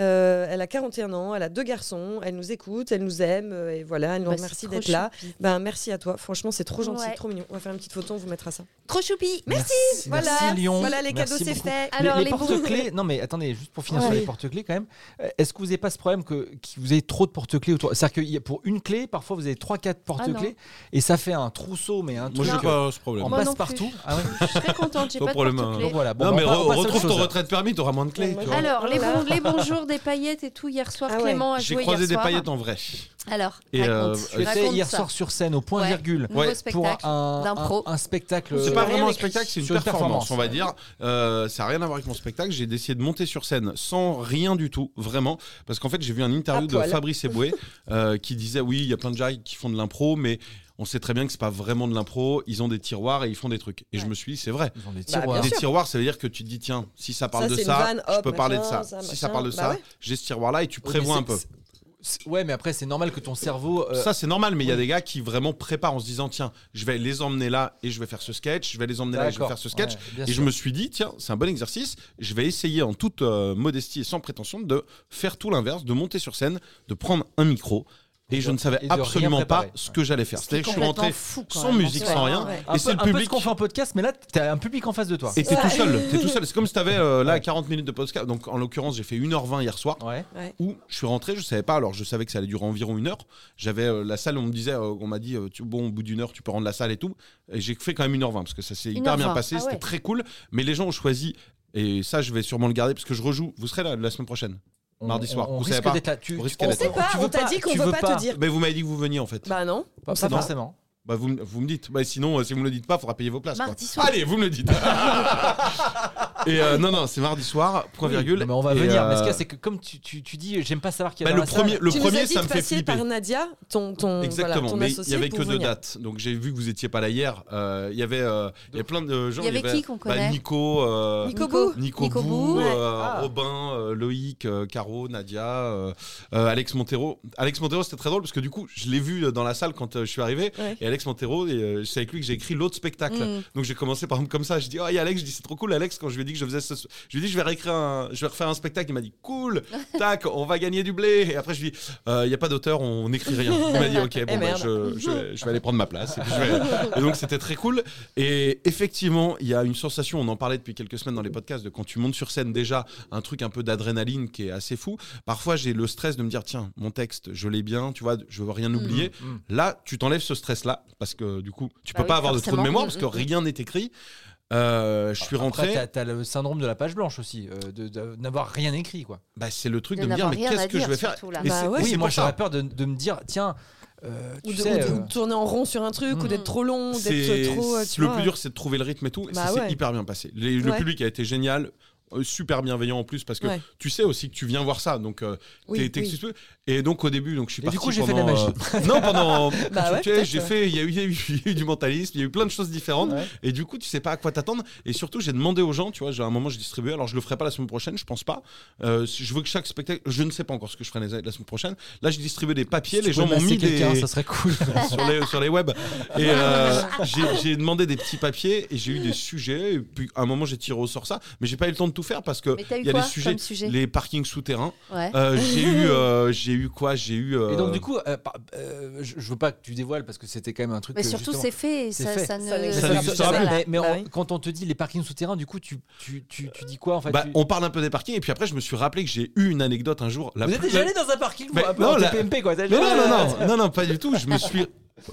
Euh, elle a 41 ans, elle a deux garçons, elle nous écoute, elle nous aime, euh, et voilà, elle nous Bah, c'est remercie trop d'être là. choupi. Ben, merci à toi, franchement c'est trop gentil, Ouais. trop mignon. On va faire une petite photo, on vous mettra ça. Trop choupi. Merci, Voilà, merci Lyon. voilà les Merci cadeaux c'est beaucoup. fait. Mais Alors, les, les porte-clés, non mais attendez, juste pour finir sur Ouais. les porte-clés quand même, euh, est-ce que vous n'avez pas ce problème que, que vous avez trop de porte-clés autour C'est-à-dire qu'il y a pour une clé, parfois vous avez 3-4 Ah, porte-clés et ça fait un trousseau, mais un Moi, truc j'ai euh, pas ce problème. en Moi non passe-partout. plus. Ah ouais. Je suis très contente, j'ai Pas pas de de problème, hein. porte-clés. Donc voilà, bon, non, bah, mais on passe re- à autre retrouve ton chose. retrait de permis, t'auras moins de clés. Ouais, tu vois. moi, Alors, les, Voilà. bon- les bonjours des paillettes et tout, hier soir, Ah ouais. Clément a J'ai joué croisé hier des soir. paillettes en vrai. Alors, Et, euh, raconte, Tu étais raconte hier ça. soir sur scène au point Ouais. virgule Nouveau Ouais. pour spectacle un, d'impro. un, un spectacle. C'est euh, pas vraiment un spectacle, c'est une Sur une performance, performance. on va dire. Euh, ça n'a rien à voir avec mon spectacle. J'ai décidé de monter sur scène sans rien du tout, vraiment. Parce qu'en fait, j'ai vu un interview À de poil. Fabrice Eboué euh, qui disait Oui, il y a plein de gens qui font de l'impro, mais on sait très bien que c'est pas vraiment de l'impro. Ils ont des tiroirs et ils font des trucs. Et je me suis dit C'est vrai. Ils ont des Bah, tiroirs. des tiroirs, ça veut dire que tu te dis Tiens, si ça parle Ça, de c'est une ça, vanne, je hop, peux parler de machin, ça. ça, si ça machin. parle de Bah ça, ouais. j'ai ce tiroir-là et tu Oui, mais prévois c'est- un peu. c'est- Ouais, mais après c'est normal que ton cerveau. euh, Ça, c'est normal, mais il y a des gars qui vraiment préparent en se disant tiens, je vais les emmener là et je vais faire ce sketch, je vais les emmener là et je vais D'accord. faire ce sketch. Ouais, bien et je sûr. me suis dit tiens, c'est un bon exercice, je vais essayer en toute euh, modestie et sans prétention de faire tout l'inverse, de monter sur scène, de prendre un micro. Et Et je de- ne savais et de rien absolument pas préparer. ce que j'allais faire. Ce qui est C'est-à-dire que je suis complètement rentré fou, quand sans même. musique, sans Ouais, rien. ouais. Et un peu- c'est le un peu ce public. qu'on fait en podcast, mais là t'as un public en face de toi. Et t'es Ouais. tout seul, t'es tout seul. C'est comme si t'avais euh, là 40 minutes de podcast. Donc en l'occurrence, j'ai fait 1h20 hier soir Ouais. où je suis rentré, je savais pas, alors je savais que ça allait durer environ une heure. J'avais euh, la salle, on me disait, euh, on m'a dit, euh, tu- bon, au bout d'une heure, tu peux rendre la salle et tout. Et j'ai fait quand même 1h20 parce que ça s'est hyper bien 1h20, passé, ah c'était ouais. très cool. Mais les gens ont choisi, et ça, je vais sûrement le garder parce que je rejoue, vous serez là la semaine prochaine, mardi soir. On, on vous savez risque pas. d'être là. Tu, On tu- risque on d'être sait là. pas, Oh, tu on veux t'a dit qu'on tu veut veux pas te dire. Mais vous m'avez dit que vous veniez en fait. Bah, Bah non. Pas Ça va. forcément. vous, me- vous me dites. Bah, sinon, euh, si vous me le dites pas, faudra payer vos places. quoi. Mardi soir. Allez, vous me le dites. et euh, non, non, c'est mardi soir, point Oui, virgule. Mais on va Et, venir. Mais ce euh, qu'il y a, c'est que comme tu, tu, tu dis, j'aime pas savoir qui bah, est le dans la premier, salle. le tu nous as premier, dit ça de me fait passer flipper. par Nadia, ton, ton, Exactement, voilà, ton mais il associé y avait que pour deux venir. dates. Donc j'ai vu que vous étiez pas là hier. Euh, Il y avait, euh, il y a plein de gens. Il y avait qui qu'on bah, connaît Nico, euh, Nico Bou. Nico, Nico Bou, Bou, ouais. euh, Ah. Robin, euh, Loïc, euh, Caro, Nadia, euh, euh, Alex Montero. Alex Montero, c'était très drôle parce que du coup, je l'ai vu dans la salle quand euh, je suis arrivé. Ouais. Et Alex Montero, et, euh, c'est avec lui que j'ai écrit l'autre spectacle. Mm. Donc j'ai commencé par exemple comme ça. Je dis, oh, il y a Alex, je dis, c'est trop cool, Alex. Quand je lui ai dit que je faisais ce. Je lui ai dit, je vais, réécrire un- je vais refaire un spectacle. Il m'a dit, cool, tac, on va gagner du blé. Et après, je lui ai dit, Euh, il n'y a pas d'auteur, on n'écrit rien. Il m'a dit, Eh ok, bon, bah, merde. je, je vais, je vais aller prendre ma place. Et, puis je vais- et donc c'était très cool. Et effectivement, il y a une sensation, on en parlait depuis quelques semaines dans les podcasts, de quand tu montes sur scène déjà, un truc un peu d'adrénaline qui est assez fou. Parfois, j'ai le stress de me dire, tiens, mon texte, je l'ai bien, tu vois, je veux Mm, rien oublier. Là, tu t'enlèves ce stress-là, parce que du coup, tu Bah peux pas oui, avoir de trop de forcément. mémoire, parce que Mm, mm, rien n'est écrit. Euh, je suis rentré. Après, t'as- t'as le syndrome de la page blanche aussi, euh, de- de- d'avoir rien écrit, quoi. Bah, c'est le truc De de me dire, n'avoir mais rien qu'est-ce à que je dire, vais faire surtout, là. Mais Bah c'est- ouais, oui, oui, c'est moi pour ça. j'aurais peur de, de me dire, tiens, euh, Ou tu de, sais, ou de- ou euh, de tourner en rond sur un truc, ou Mm. d'être trop long, ou C'est d'être trop. euh, tu le vois. plus dur, c'est de trouver le rythme et tout. et Bah ça s'est ouais. hyper bien passé. Les- Le Ouais. public a été génial, euh, super bienveillant en plus parce que Ouais. tu sais aussi que tu viens voir ça, donc euh, Oui, t'es- t'es oui. excité. Et donc au début, donc je suis Et parti du coup, j'ai fait de pendant. la euh, non, pendant. Bah tu ouais, sais, peut-être, j'ai ouais. fait. Il y, a eu- il y a eu- il y a eu du mentalisme, il y a eu plein de choses différentes. Et du coup, tu sais pas à quoi t'attendre. Et surtout, j'ai demandé aux gens, tu vois, j'ai- à un moment, j'ai distribué. Alors, je le ferai pas la semaine prochaine, je pense pas. Euh, si- je veux que chaque spectacle. Je ne sais pas encore ce que je ferai les- la semaine prochaine. Là, j'ai distribué des papiers. si les tu gens pouvais m'ont masser mis des Euh. quelqu'un, ça serait cool. sur les, sur les web. Et euh, j'ai- j'ai demandé des petits papiers et j'ai eu des sujets. Et puis à un moment, j'ai tiré au sort ça, mais j'ai pas eu le temps de tout faire parce que Mais t'as eu il y a quoi les sujets, comme sujet les parkings souterrains. Ouais. Euh, j'ai eu, euh, j'ai eu quoi J'ai eu. euh, Et donc, du coup, euh, par- euh, je, je veux pas que tu dévoiles parce que c'était quand même un truc. Mais euh, surtout, justement- c'est fait. et c'est Ça, fait. ça Ça ne. n'existe Ça n'existera plus. Mais, mais Bah en- oui. quand on te dit les parkings souterrains, du coup, tu, tu, tu, tu dis quoi en fait bah, Tu- on parle un peu des parkings et puis après je me suis rappelé que j'ai eu une anecdote un jour. La Vous plus- êtes déjà allé dans un parking Mais vous, un peu non, en la- TPMP quoi Mais non, non, non, non, non, pas du tout. Je me suis.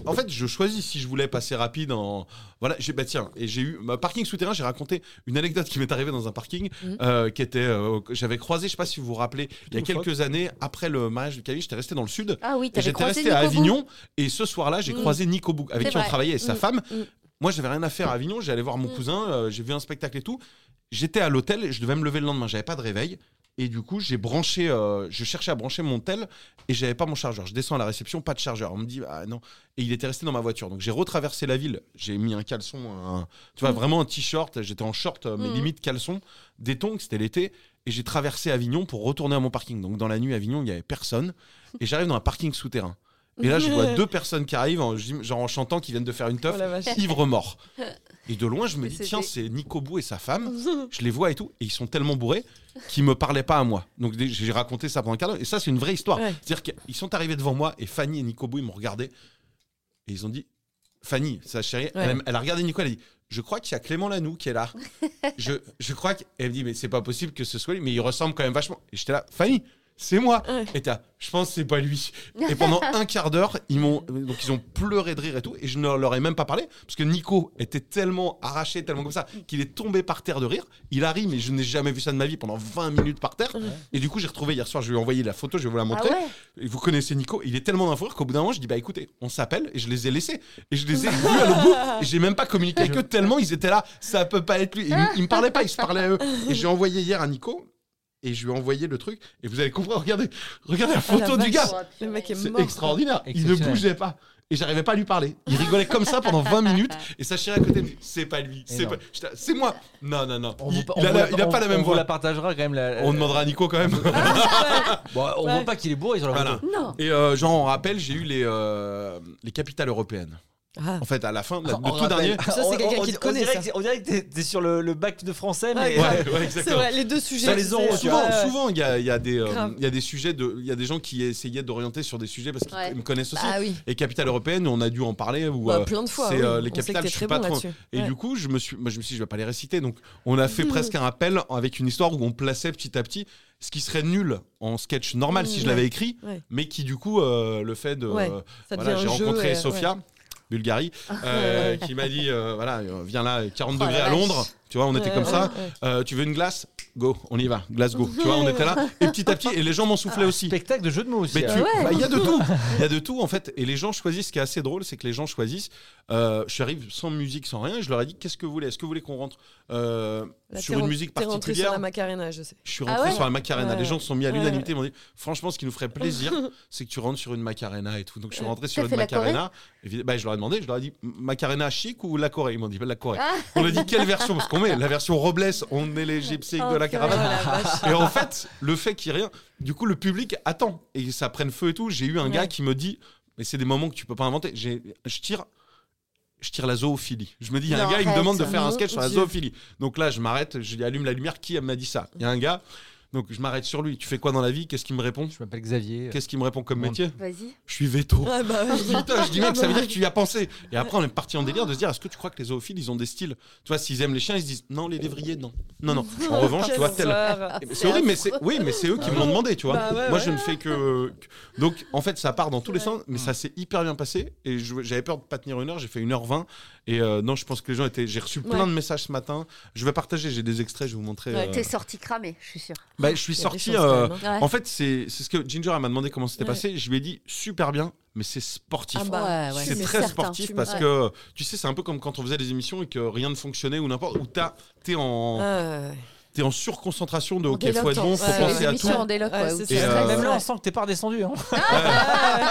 En fait, je choisis si je voulais passer rapide en. Voilà, j'ai. Bah tiens, et j'ai eu. Ma parking souterrain, j'ai raconté une anecdote qui m'est arrivée dans un parking euh, qui était. euh, que J'avais croisé, je sais pas si vous vous rappelez, il y a Plutôt quelques années, après le match du Cali, j'étais resté dans le sud. Ah oui, Et t'avais j'étais croisé resté à Nico Bou. Avignon et ce soir-là, j'ai Mm. croisé Nico Boug avec C'est qui on vrai. travaillait et sa Mm. femme. Mm. Moi, j'avais rien à faire à Avignon, j'allais voir mon cousin, euh, j'ai vu un spectacle et tout. J'étais à l'hôtel, je devais me lever le lendemain, j'avais pas de réveil. Et du coup, j'ai branché, euh, je cherchais à brancher mon tel et j'avais pas mon chargeur. Je descends à la réception, pas de chargeur. On me dit, ah non. Et il était resté dans ma voiture. Donc j'ai retraversé la ville, j'ai mis un caleçon, un- tu vois, vraiment un t-shirt, j'étais en short, euh, mais Mm. limite caleçon, des tongs, c'était l'été. Et j'ai traversé Avignon pour retourner à mon parking. Donc dans la nuit, à Avignon, il y avait personne. Et j'arrive dans un parking souterrain. Et là, je vois deux personnes qui arrivent, en, genre en chantant, qui viennent de faire une teuf, Oh la vache. ivre mort. Et de loin, je me Mais dis, c'était- tiens, c'est Nico Bou et sa femme. Je les vois et tout. Et ils sont tellement bourrés qu'ils me parlaient pas à moi. Donc dès- j'ai raconté ça pendant un quart d'heure. Et ça, c'est une vraie histoire. Ouais. C'est-à-dire qu'ils sont arrivés devant moi et Fanny et Nico Bou, ils m'ont regardé. Et ils ont dit, Fanny, sa chérie, elle, a- elle a regardé Nico, elle a dit, je crois qu'il y a Clément Lanoux qui est là. je, je crois qu'elle me dit, mais c'est pas possible que ce soit lui, mais il ressemble quand même vachement. Et j'étais là, Fanny, c'est moi. Ouais. Et t'as, je pense que c'est pas lui. Et pendant un quart d'heure, ils m'ont, donc ils ont pleuré de rire et tout, et je ne leur ai même pas parlé, parce que Nico était tellement arraché, tellement comme ça, qu'il est tombé par terre de rire. Il a ri, mais je n'ai jamais vu ça de ma vie pendant 20 minutes par terre. Et du coup, j'ai retrouvé hier soir, je lui ai envoyé la photo, je vais vous la Ah montrer. ouais Et vous connaissez Nico, il est tellement d'un fou rire qu'au bout d'un moment, je dis bah écoutez, on s'appelle et je les ai laissés et je les ai vus à le bout. Et j'ai même pas communiqué avec eux tellement ils étaient là. Ça peut pas être lui. Et Ils, ils me parlaient pas, ils se parlaient à eux. Et j'ai envoyé hier à Nico et je lui ai envoyé le truc et vous allez comprendre. Regardez, regardez la photo du gars. Le mec est C'est mort. extraordinaire. Il ne Exceptionnel. bougeait pas. Et j'arrivais pas à lui parler. Il rigolait comme ça pendant 20 minutes et sa chérie à côté, de lui, c'est pas lui, c'est Énorme. pas- J'étais là, c'est moi. Non, non, non. On Il, vous- il a, on la- vous il a on- pas la même on vous voix. la partagera quand même. La, On demandera à Nico quand même. Bon, on Ouais. voit pas qu'il est bourré sur la Voilà. photo. Non. Et euh, genre, on rappelle, j'ai eu les, euh, les capitales européennes. Ah. En fait, à la fin, la- On le tout rappelle. dernier. Ça, c'est On- quelqu'un on- qui te on connaît, dirait ça. que- On dirait que t'es- t'es sur le, le bac de français, mais. Ouais, euh, Ouais, ouais, C'est exactement. vrai, les deux sujets. les c'est- euros, tu Souvent, ouais, ouais. souvent, il y a, il y a des, euh, Grave. il y a des sujets de, il y a des gens qui essayaient d'orienter sur des sujets parce qu'ils Ouais. me connaissent aussi. Ah oui. Et capitale européenne, on a dû en parler ou Bah, euh, plein de fois, C'est oui. euh, On sait les que capitales, t'es je suis très pas bon trop. là-dessus. Et Ouais. du coup, je me suis, moi, je me suis, dit, je vais pas les réciter. Donc, on a fait presque un rappel avec une histoire où on plaçait petit à petit ce qui serait nul en sketch normal si je Mmh, Ouais. l'avais écrit, Ouais. mais qui du coup, euh, le fait de, Ouais. Ça Voilà, devient j'ai un jeu, Ah. rencontré euh, Sofia, Bulgarie, euh, qui m'a dit euh, voilà, euh, viens là, 40 Oh la degrés à vache. Londres. Tu vois, on était Ouais, comme ouais, ça. ouais. Euh, tu veux une glace Go, on y va. Glace go. tu vois, on était là. Et petit à petit, et les gens m'en soufflaient aussi. Spectacle de jeu de mots aussi. Mais tu- alors. bah, il y a de tout. Il y a de tout, en fait. Et les gens choisissent. Ce qui est assez drôle, c'est que les gens choisissent. euh, je suis arrivé sans musique, sans rien. Et je leur ai dit qu'est-ce que vous voulez Est-ce que vous voulez qu'on rentre euh, Là, sur Bah, t'es une ren- musique T'es rentré sur particulière la Macarena, je sais. je suis Ah rentré ouais sur la Macarena. Ouais, Les gens se sont mis à ouais. l'unanimité. Ils m'ont dit, franchement, ce qui nous ferait plaisir, c'est que tu rentres sur une Macarena et tout. Donc, je suis rentré sur T'as une Euh, fait la Macarena. Évi- bah, je leur ai demandé, je leur ai dit, Macarena chic ou la Corée Ils m'ont dit, bah, la Corée. On a dit, quelle version Parce qu'on met la version Robles, on est les gypsies Oh, de la caravane. Et en fait, le fait qu'il n'y ait rien, du coup, le public attend et ça prenne feu et tout. J'ai eu un gars qui me dit, mais c'est des moments que tu peux pas inventer. J'ai- Je tire. Je tire la zoophilie. Je me dis, il y a un Non, gars, il me arrête. demande de faire un Mon sketch sur la Dieu. zoophilie. Donc là, je m'arrête, je lui allume la lumière. Qui m'a dit ça Il y a un gars, donc je m'arrête sur lui. Tu fais quoi dans la vie Qu'est-ce qu'il me répond Je m'appelle Xavier. Qu'est-ce qu'il me répond comme Bon. métier Vas-y. Je suis veto. Ah bah oui. Putain, je dis mec, ça veut dire que tu y as pensé. Et après, on est parti en délire de se dire, est-ce que tu crois que les zoophiles, ils ont des styles Tu vois, s'ils aiment les chiens, ils se disent, non, les lévriers, non. Non, non. En revanche, tu vois, Quel tel, soir. eh ben, C'est horrible, mais c'est oui, mais c'est eux qui me l'ont demandé, tu vois. Bah ouais, Moi, ouais. je ne fais que que- donc en fait, ça part dans tous les sens, mais ça s'est hyper bien passé. Et je- j'avais peur de pas tenir une heure, j'ai fait une heure 20 Et euh, non, je pense que les gens étaient. J'ai reçu plein Ouais. de messages ce matin. Je vais partager, j'ai des extraits, je vais vous montrer. Ouais, euh, T'es sorti cramé, je suis sûre. bah, je suis Il y a des sorti. chances, quand euh, même, hein. Ouais. En fait, c'est c'est ce que Ginger elle m'a demandé comment c'était Ouais. passé. Je lui ai dit super bien, mais c'est sportif. Ah bah, Ouais, ouais. C'est C'est très certain, sportif tu me- parce ouais. que tu sais, c'est un peu comme quand on faisait des émissions et que rien ne fonctionnait ou n'importe où t'as- t'es en, Ah, ouais. t'es en surconcentration de En ok, faut être bon, déloquant, faut ouais. penser les à tout. émissions en déloc, Ouais, ouais, c'est ou- ça. Et, euh, Même là, on sent que t'es pas redescendu. Hein.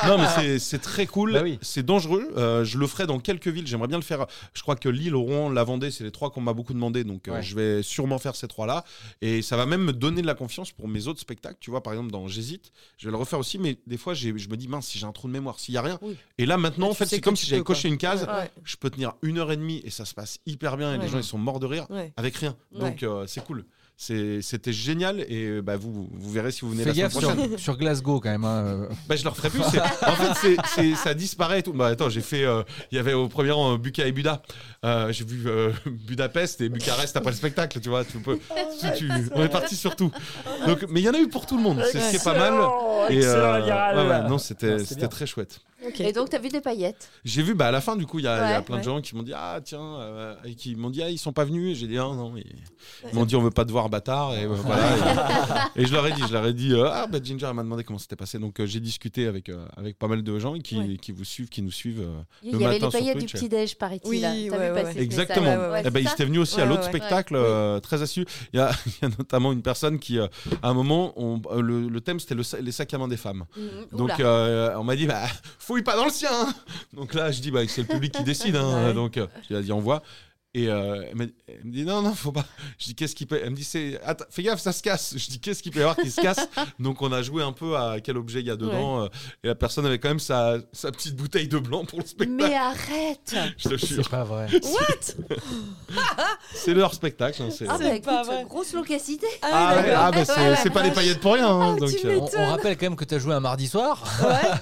Non, mais c'est- c'est très cool. Bah oui. C'est dangereux. Euh, je le ferai dans quelques villes. J'aimerais bien le faire. Je crois que Lille, Rouen, la Vendée, c'est les trois qu'on m'a beaucoup demandé. Donc, euh, Ouais. je vais sûrement faire ces trois-là. Et ça va même me donner de la confiance pour mes autres spectacles. Tu vois, par exemple, dans J'hésite, je vais le refaire aussi. Mais des fois, j'ai- je me dis, mince, si j'ai un trou de mémoire, s'il n'y a rien. Oui. Et là, maintenant, Là, en tu fait, sais c'est que comme tu si j'avais peux, quoi. coché une case. Ouais. Je peux tenir une heure et demie et ça se passe hyper bien. Et les Ouais. gens, ils sont morts de rire Ouais. avec rien. Ouais. Donc, euh, c'est cool. C'est- C'était génial et euh, bah, vous, vous verrez si vous venez Fais la semaine gaffe prochaine. sur, sur Glasgow quand même. hein, euh. Bah, je leur ferai plus. c'est- En fait, c'est- c'est- ça disparaît et tout. Bah, attends, j'ai fait. euh, Il y avait au premier rang euh, Buca et Buda. Euh, j'ai vu euh, Budapest et Bucarest après le spectacle, tu vois. Tu peux, tu- tu- on est parti sur tout. Donc, mais il y en a eu pour tout le monde. C'est ce qui est pas mal. Et, euh, ouais, ouais, non, c'était c'était très chouette. Et donc, t'as vu des paillettes J'ai vu, bah, à la fin, du coup, il y a, il y a Ouais, plein de ouais. gens qui m'ont dit Ah, tiens, euh, et qui m'ont dit Ah, ils sont pas venus. Et j'ai dit Ah, non, ils, ils m'ont dit On veut pas te voir, bâtard. Et, euh, voilà, et, et je leur ai dit, je leur ai dit euh, Ah, bah, Ginger, elle m'a demandé comment c'était passé. Donc, euh, j'ai discuté avec, euh, avec pas mal de gens qui, Ouais. qui vous suivent, qui nous suivent. euh, Il Le y avait matin les sur paillettes du Twitch. petit-déj, paraît-il. Oui, là. T'as ouais, vu ouais, passer ce ouais. Exactement. message. Eh ben, Ah, c'est ils ça étaient venus aussi à Ouais, l'autre ouais, ouais. spectacle, Ouais. euh, très assidu. Il y, a, il y a notamment une personne qui, euh, à un moment, on- euh, le, le thème c'était le sa- les sacs à main des femmes. Mhm. Oula. Donc euh, on m'a dit, bah, fouille pas dans le sien. hein. Donc là, je dis, bah, c'est le public qui décide. hein. Ouais. Donc euh, je lui ai dit, envoie. Et euh, elle m'a- elle me dit, non, non, faut pas. Je dis, qu'est-ce qui peut. Elle me dit, c'est. Attends, fais gaffe, ça se casse. Je dis, qu'est-ce qu'il peut y avoir qui se casse Donc on a joué un peu à quel objet il y a dedans. euh, et la personne avait quand même sa, sa petite bouteille de blanc pour le spectacle. Mais arrête Je te jure. C'est pas vrai. What C'est leur spectacle. hein, c'est- Ah, bah C'est pas écoute, vrai. grosse loquacité Ah, ouais, d'accord. ah, bah, Ouais, c'est ouais, c'est pas les paillettes pour rien. hein, donc, Ah, tu euh, On, on rappelle quand même que t'as joué un mardi soir.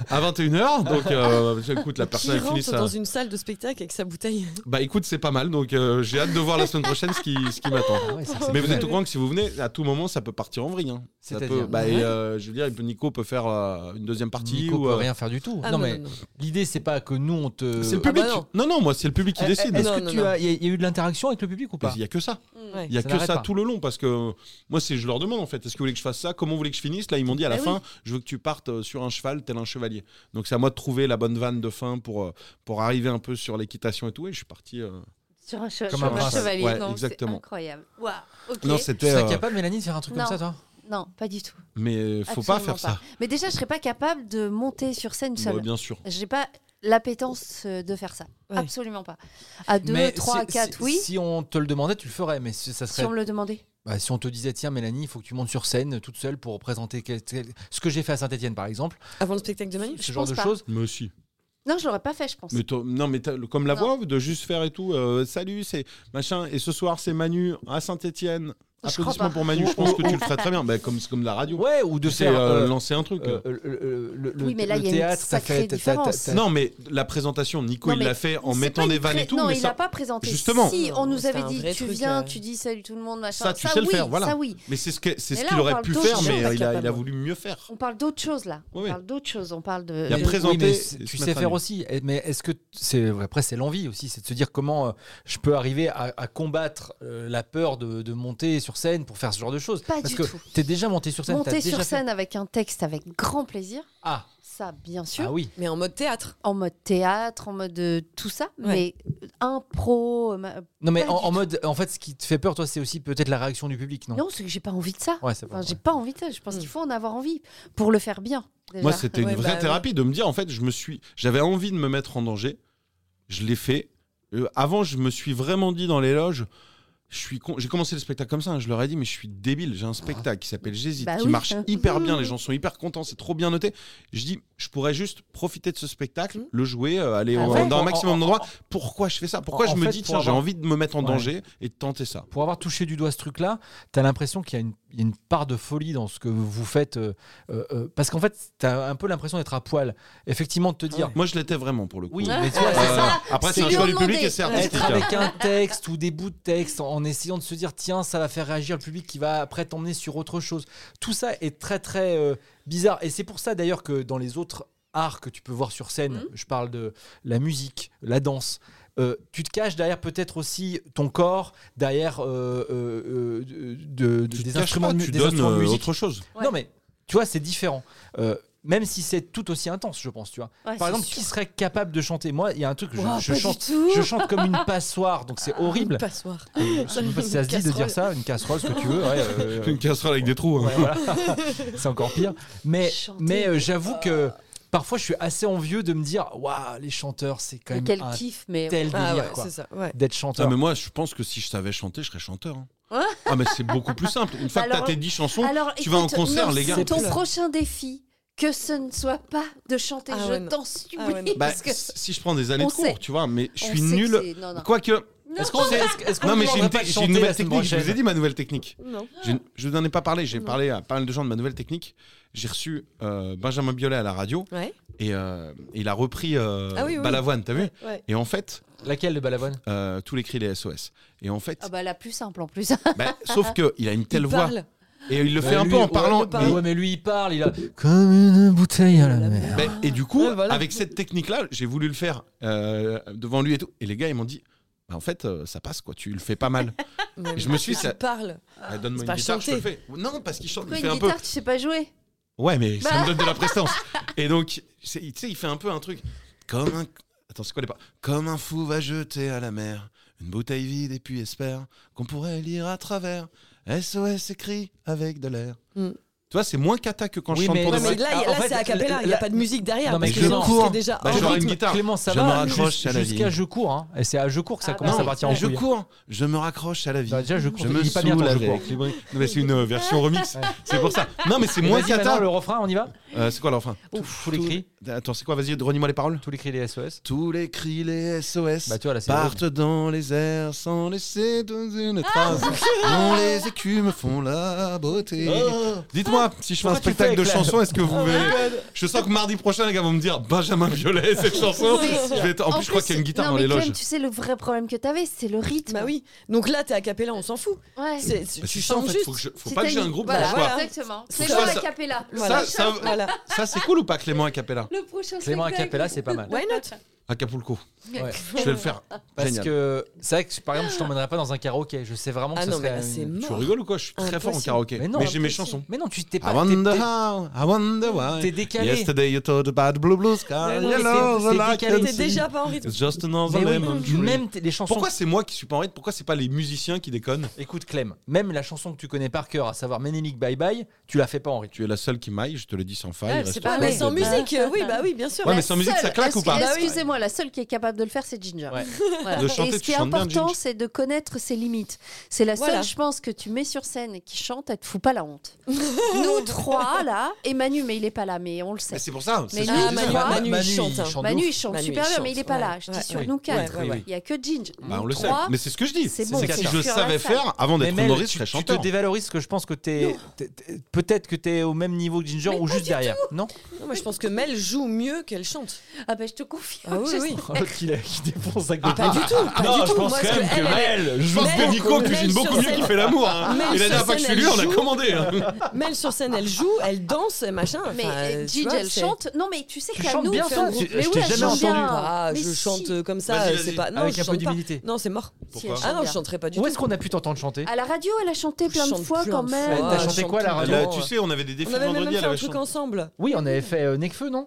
à 21h, donc euh, écoute, la personne Qui elle finit rentre ça. dans une salle de spectacle avec sa bouteille Bah écoute, c'est pas mal, donc euh, j'ai hâte de voir la semaine prochaine ce qui, ce qui m'attend. Ah ouais, c'est exceptionnel. Mais vous êtes au courant que si vous venez, à tout moment, ça peut partir en vrille. hein. Ça C'est-à-dire peut- bah, Ouais. et, euh, Je veux dire, il peut- Nico peut faire euh, une deuxième partie. Nico ou, peut euh, rien faire du tout. Ah, non, non, mais non, non. l'idée c'est pas que nous on te. C'est le Ah public. bah non. non. non, moi, c'est le public qui Eh, décide. eh, Est-ce Non, que non, tu non. as, il y, a- il y a eu de l'interaction avec le public ou pas Il n'y a que ça. Ouais. Il n'y a Ça que n'arrête ça pas. tout le long parce que moi, c'est je leur demande en fait est-ce que vous voulez que je fasse ça Comment vous voulez que je finisse Là, ils m'ont dit à la Bah fin je veux que tu partes euh, sur un cheval tel un chevalier. Donc, c'est à moi de trouver la bonne vanne de fin pour, euh, pour arriver un peu sur l'équitation et tout. Et je suis parti. euh, Sur un, che- Comme sur un un prince. chevalier, Ouais, non, c'est exactement. incroyable. Waouh, ok. Non, Tu c'était. serais euh, capable, Mélanie, de faire un truc Non. comme ça, toi Non, pas du tout. Mais faut pas faire Absolument ça. Mais déjà, je serais pas capable de monter sur scène Bah, seule. bien sûr. J'ai pas l'appétence euh, de faire ça. Ouais. Absolument pas. À deux, Mais trois, si- quatre, si- oui. Si on te le demandait, tu le ferais. Mais si- ça serait. Si on me le demandait. Bah, si on te disait, tiens, Mélanie, il faut que tu montes sur scène toute seule pour présenter quel- quel- ce que j'ai fait à Saint-Etienne, par exemple, avant le spectacle de Manu. ce Je genre pense de pas. choses. Mais aussi. Non, je l'aurais pas fait, je pense. Mais t'as- non, mais t'as- comme la voix, de juste faire et tout. euh, salut, c'est machin. Et ce soir, c'est Manu à Saint-Etienne. Je crois Applaudissements pas. pour Manu. Je pense que tu le ferais très bien. Bah, comme, c'est comme de la radio. Ouais, ou de c'est faire. euh, euh, lancer un truc. euh, euh, euh, le, le- Oui, mais là, le il y a une théâtre, t'as sacrée fait- t'as- t'as- différence. t'as- Euh, non, mais la présentation, Nico, Non, il mais l'a fait en C'est mettant pas des une vannes pré- et tout. Non, mais il ça- l'a pas présenté. Justement. Si Non, on non, nous c'était avait un dit, vrai tu truc, viens, euh. tu dis salut tout le monde, machin. Ça, tu sais le oui, faire, voilà. Ça, oui. Mais c'est ce que- c'est Mais ce là, qu'il on aurait parle pu d'autres faire, choses, mais euh, pas il a, il a capable. voulu mieux faire. On parle d'autre chose, là. Oui, oui. On parle d'autre chose. On parle de. Il y a de- présent- présenter Oui, mais et c'est- se tu mettre sais à faire nu. aussi. Et- Mais est-ce que t- c'est après c'est l'envie aussi, c'est de se dire comment euh, je peux arriver à, à combattre euh, la peur de, de monter sur scène pour faire ce genre de choses. Pas Parce du que tout. t'es déjà monté sur scène. t'as Monter déjà sur fait- scène avec un texte avec grand plaisir, Ah, ça, bien sûr. ah oui. Mais en mode théâtre. En mode théâtre, en mode euh, tout ça, Ouais. mais impro. euh, ma- Non mais Pas en, du en tout. mode, en fait, ce qui te fait peur, toi, c'est aussi peut-être la réaction du public, non Non, c'est que j'ai pas envie de ça. Ouais, c'est pas Enfin, vrai. j'ai pas envie de ça. Je pense Mm. qu'il faut en avoir envie pour le faire bien. déjà. Moi, c'était une Ouais, vraie bah, thérapie de me dire, en fait, je me suis, j'avais envie de me mettre en danger. Je l'ai fait. Euh, avant, je me suis vraiment dit dans les loges. je suis con- J'ai commencé le spectacle comme ça, hein, je leur ai dit, mais je suis débile. J'ai un spectacle qui s'appelle J'hésite, Bah qui oui. marche hyper bien, Mmh. les gens sont hyper contents, c'est trop bien noté. Je dis, je pourrais juste profiter de ce spectacle, le jouer, euh, aller Mm. Ah au- ouais. dans un maximum En- en- d'endroits. Pourquoi je fais ça Pourquoi en- en je me fait, dis, pour tiens, j'ai avoir- envie de me mettre en Ouais. danger et de tenter ça Pour avoir touché du doigt ce truc-là, t'as l'impression qu'il y, a une- il y a une part de folie dans ce que vous faites, euh, euh, euh, parce qu'en fait, t'as un peu l'impression d'être à poil. Effectivement, de te dire, Moi, je l'étais vraiment pour le coup. oui, Euh, mais tu vois, c'est ça. Après, C'est c'est un lui choix du demander. public et c'est Ouais. artistique. hein. Être avec un texte ou des bouts de texte en essayant de se dire tiens ça va faire réagir le public qui va après t'emmener sur autre chose. Tout ça est très très euh, bizarre et c'est pour ça d'ailleurs que dans les autres arts que tu peux voir sur scène, Mhm. je parle de la musique, la danse. euh, tu te caches derrière peut-être aussi ton corps, derrière euh, euh, euh, de- de- Tu te des, caches instruments, pas, de mu- tu des donnes, instruments de euh, musique. autre chose. Ouais. Non mais tu vois c'est différent. Euh, même si c'est tout aussi intense, je pense, tu vois. Ouais, Par c'est exemple, sûr. qui serait capable de chanter Moi, il y a un truc que je, Ouah, je Oh, pas du chante tout. je chante comme une passoire, donc c'est horrible. Une passoire. Je sais même pas si ça se dit de dire ça, une casserole, ce que tu veux. ouais, euh, Une casserole avec des trous. hein. ouais, voilà. c'est encore pire. Mais, Chanter. mais euh, j'avoue que parfois je suis assez envieux de me dire waouh, les chanteurs, c'est quand Mais même quel un kiff, mais. tel Ah délire ouais, quoi, c'est ça. Ouais. d'être Ah, chanteur. mais moi, je pense que si je savais chanter, je serais chanteur. hein. Ouais. ah, mais c'est beaucoup plus simple. Une fois que Alors- t'as tes 10 chansons, Alors, tu vas en écoute, concert, non, les gars. c'est Ton prochain défi, que ce ne soit pas de chanter, Ah je ouais, non. t'en supplie. ouais, non. Bah, parce que si je prends des années on de cours, sait. tu vois, mais je on suis sait que nul. c'est- Ah, Non, non. Quoique, Est-ce qu'on C'est- est-ce- est-ce qu'on Non, mais vous j'ai demandera une, pas de te- j'ai chanter une la nouvelle semaine technique. Je vous ai prochaine dit ma nouvelle technique. Non. Je, je vous en ai pas parlé. J'ai parlé à pas mal de gens de ma nouvelle technique. J'ai reçu euh, Benjamin Biolay à la radio Ouais. et euh, il a repris euh, Ah oui, oui, oui. Balavoine, t'as vu Ouais. Et en fait, Laquelle de Balavoine euh, tous les cris les SOS. Et en fait, Ah bah la plus simple en plus. bah, sauf que il a une telle Il voix parle. et il le Bah, fait un lui, peu en ouais, parlant. il Bah parle. mais- ouais, mais lui il parle, il a comme une bouteille à la mer. Ben, et du coup, Ouais, voilà. avec cette technique-là, j'ai voulu le faire euh, devant lui et tout. Et les gars, ils m'ont dit, Bah, en fait, euh, ça passe, quoi. Tu le fais pas mal. Mais Je me suis dit, il ça- parle. Ah, Donne-moi C'est une pas guitare, je te le chanter. fais. Non, parce qu'il chante, Pourquoi il fait une un peu. guitare, tu sais pas jouer Ouais, mais ça Bah. me donne de la prestance. et donc, c'est- tu sais, il fait un peu un truc comme un. Attends, c'est quoi les pas Comme un fou va jeter à la mer une bouteille vide et puis espère qu'on pourrait lire à travers. SOS écrit avec de l'air. Mm. Tu vois, c'est moins cata que quand Oui, je chante mais- pour Ouais, de Non, mais vrai. là, Ah, il- en là, fait, c'est a cappella. Il n'y la- a pas de musique derrière. Non, mais parce que je les gens cours. sont déjà Bah, en j'aurais une rythme. guitare. Clément, ça je va me raccroche Jus- à la vie. Jusqu'à je cours, hein. Et c'est à je cours que ça Ah, commence non, à partir en je couille. cours, je me raccroche à la vie. Bah, déjà, je cours. je Il me dit pas bien saoule ton je avec cours. les bruits. Non, mais c'est une euh, version remix, c'est pour ça. Non, mais c'est Et moins vas-y, maintenant, cata. le refrain, on y va Euh, c'est quoi le refrain Tous tous les cris, Attends, c'est quoi Vas-y, renie-moi les paroles. tous les cris des SOS. Tous les cris, les SOS Bah, tu vois, là, c'est partent dans les airs sans laisser dans Ah, une trace. Dont les écumes font la beauté. Dites-moi, si je fais un Oh. Pourquoi tu spectacle fais de avec la- Oh, chansons, est-ce que vous verrez Je sens que mardi prochain, les gars vont me dire Benjamin Violet, cette chanson. Oui. Je vais être- En, plus, je crois qu'il y a une guitare non, dans mais les loges. Clem, tu sais, le vrai problème que t'avais, c'est le rythme. Bah oui. Donc là, t'es a cappella, on s'en fout. Ouais. C'est- Bah, tu c'est ça, en chantes fait, juste. faut, que je- faut C'est pas que j'ai ta- un groupe voilà, dans le voilà. choix. Exactement. C'est ça, genre ça- la capella. Voilà. Ça, ça, Voilà. ça, c'est cool ou pas, Clément Acapella Le prochain Clément spectacle. Acapella, c'est pas mal. Why not Acapulco. Ouais. Je vais le faire. Parce Génial. que c'est vrai que par exemple, je t'emmènerais pas dans un karaoké. Je sais vraiment que Ah ça non, mais serait. là, une- c'est Tu mort. rigoles ou quoi Je suis très fort en Impossible. karaoké. Mais Mais, non, j'ai mes impossible. chansons. Ah, Mais non, tu t'es I pas. t'es- wonder t'es- how, I wonder why. T'es décalé. Yesterday you told about blue blue sky. Mais non, mais yellow c'est- c'est the light décalé. can T'es see. déjà pas en rythme. It's just another Mais oui, lemon tree. même t- les chansons. Pourquoi c'est moi qui suis pas en rythme Pourquoi c'est pas les musiciens qui déconnent Écoute Clem, même la chanson que tu connais par cœur, à savoir Ménélique Bye Bye, tu la fais pas en rythme. Tu es la seule qui maille, je te le dis sans faille. Ouais, reste c'est au pas Ah, poil mais Ouais, sans de- bah- musique, euh, oui, bah oui, bien sûr. Ouais, mais sans musique, ça claque ou pas Bah oui. Excusez-moi, la seule qui est capable de le faire, c'est Ginger. Ouais. Voilà. De chanter, et ce tu qui est chantes bien, important, Ginger. c'est de connaître ses limites. C'est la seule, Voilà. je pense, que tu mets sur scène et qui chante, elle te fout pas la honte. Nous trois, là, et Manu, mais il est pas là, mais on le sait. Mais C'est pour ça. c'est Mais ce non, que je Ah, disais. Manu, Bah, Manu, il Manu, il chante. hein. chante. Manu, il chante Manu, super il bien, chante, mais il est pas ouais, là. Je ouais, dis sur ouais. nous quatre. Ouais, ouais, ouais. Il y a que Ginger. Bah, on Nous le sait. trois, Mais c'est ce que je dis. C'est C'est bon, que c'est si je sûr. le savais faire, avant d'être Mel, honoré, je tu, serais tu chanteur. te dévalorises parce que je pense que t'es, t'es- t'es- peut-être que t'es au même niveau que Ginger ou juste derrière. Non Non, moi, je pense que Mel joue mieux qu'elle chante. Ah ben je te confie. Ah oui, je oui. L'autre, il, Oh, a- il défonce sa Ah, Pas du tout. Pas Ah, Non, du je tout. pense Moi, quand ce même que elle, elle- Mel, je pense que Mel- Nico Mel cuisine sur beaucoup mieux scène- qu'il fait l'amour. hein. Mel Et la sur dernière fois que je suis scène, lui, on a elle joue. commandé. hein. Mel sur scène, elle joue, elle danse, machin. Mais Enfin, euh, tu Ginger vois, elle c'est- chante. Non mais tu sais Tu qu'à chantes nous, bien, on fait ça, un groupe. tu- Mais je oui, t'ai elle jamais chante entendu. bien. Ah, Mais je si. chante euh, comme Vas-y, ça, vas-y. c'est pas. Non, Avec je un peu chante pas. d'humilité. Non, c'est mort. Pourquoi Ah non, je chanterai pas du Où tout. Ah, est-ce qu'on a pu t'entendre chanter À la radio, elle a chanté plein de chante fois plein quand de même. fois, Elle t'a elle chanté chante quoi, la tout le radio temps. Elle a- Ah Tu sais, on avait des défis On avait même vendredi, fait elle un avait truc chanté. ensemble. Oui, on avait fait euh, Necfeu, non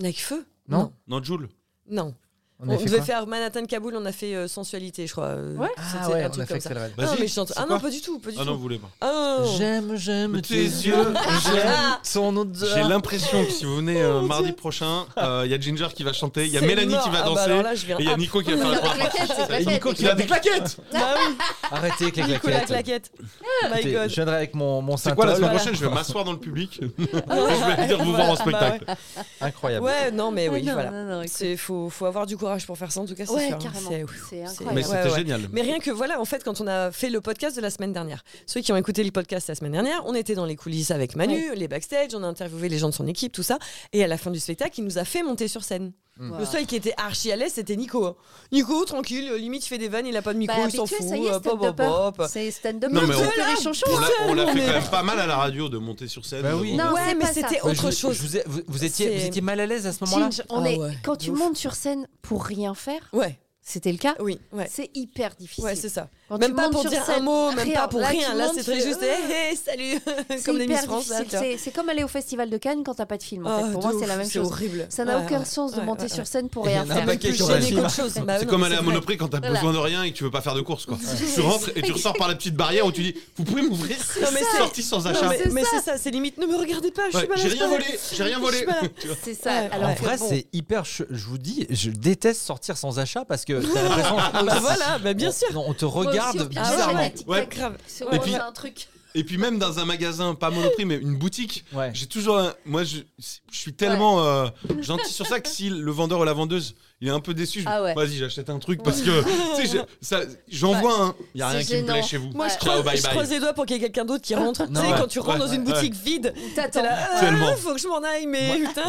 Avec feu Non. Non, Jules. Non. On On, avait fait devait quoi faire Manhattan Kaboul, on a fait euh, sensualité, je crois. euh, Ouais. C'était Ah ouais, un on a truc fait comme ça. Axel Red. Ah non, Vas-y, mais je chante. c'est Ah quoi non, pas du tout, pas du Ah non, vous tout. voulez pas. Ah non. J'aime, j'aime Tes yeux, j'aime Ah. ton Euh, odeur. J'ai l'impression que si vous venez euh, mardi prochain, euh, il y a Ginger qui va chanter, il y a Oh, C'est Mélanie qui mort. va Ah bah danser, alors là, je viens- et il y a Ah, Nico qui va faire la Avec première la tête, avec la partie. tête, Nico avec qui a la des tête. claquettes Bah oui, Arrêtez avec les Nico la claquettes. claquette. My Écoutez, God. Je viendrai avec mon, mon C'est quoi la semaine Saint-Paul. prochaine Je vais m'asseoir dans le Ah public, je vais dire vous voir en spectacle. Bah Incroyable. Ouais, non, mais oui, non, voilà. non, non, écoute. C'est faut, faut avoir du courage pour faire ça en tout cas. c'est Ouais, sûr, hein. carrément. C'est- C'est c'est- incroyable. Mais ouais, c'était ouais. génial. Mais rien que voilà, en fait, quand on a fait le podcast de la semaine dernière, ceux qui ont écouté le podcast la semaine dernière, on était dans les coulisses avec Manu, les backstage, on a interviewé les gens de son équipe, tout ça. Et à la fin du spectacle, il nous a fait monter sur scène. Hmm. Le seul qui était archi à l'aise, c'était Nico. hein. Nico, tranquille, euh, limite, il fait des vannes, il a pas de micro, Bah, il s'en habitué, fout. ça y est, euh, pop, pop, stand-upper. pop. C'est stand-up. Non, mais on- les chonchons. On l'a- on l'a Putain, fait quand mais- même pas mal à la radio de monter sur scène. Bah oui. Non, ouais, c'est mais pas ça. c'était Ouais, autre je- chose. je vous, ai- vous- vous étiez, vous C'est- étiez mal à l'aise à ce moment-là Ginger, on Ah est ouais, quand de tu ouf. montes sur scène pour rien faire, Ouais, c'était le cas. oui, ouais. C'est hyper difficile. Ouais, c'est ça. Quand même tu pas montes pour sur dire un scène, mot, même rien. pas pour Là, tu rien. Là, montes, c'est tu très fais, juste. euh, Hé, hé, salut C'est Comme les Miss hyper France, là, difficile. tu vois. C'est- C'est comme aller au festival de Cannes quand t'as pas de film. en Ah, fait. Pour de moi, ouf, c'est la même C'est chose. horrible. Ça n'a Ouais, aucun ouais, sens de ouais, monter ouais, ouais. sur scène pour Et il y rien en a faire. pas qui- Plus Sur gêné la qu'autre chose. Bah, C'est non, comme mais aller à vrai. Monoprix quand t'as Voilà. besoin de rien et que tu veux pas faire de course. Quoi. Tu rentres et tu ressors par la petite barrière où tu dis Vous pouvez m'ouvrir Non, mais c'est- Sorti sans Non, achat. mais, mais c'est ça, c'est limite. Ne me regardez pas, je suis Ouais, pas là. J'ai je suis rien pas volé, là. j'ai rien Je volé. suis pas là. C'est ça. Ouais, Alors ouais. En que vrai, bon, c'est hyper. ch- Je vous dis, je déteste sortir sans achat parce que t'as l'impression. Ah, Voilà, bah, bien sûr. Non, on te moi aussi, au regarde pire, bizarrement. j'ai la tic-tac. Ouais. Grave. C'est Et puis- vraiment un truc. Et puis même dans un magasin, pas Monoprix, mais une boutique, Ouais. j'ai toujours un- Moi, je, je suis tellement euh, gentil sur ça que si le vendeur ou la vendeuse, il est un peu déçu. Je me dis, Ah ouais. Vas-y, j'achète un truc parce que tu sais, je- ça- j'en vois un. Il y a C'est rien qui me gênant. plaît chez vous. Moi, je Ciao, croise- bye je bye. croise les doigts pour qu'il y ait quelqu'un d'autre qui rentre. tu sais, ouais, quand tu rentres ouais, dans une ouais. boutique vide, t'es T'attends. là, Tellement. ah, faut que je m'en aille, mais putain.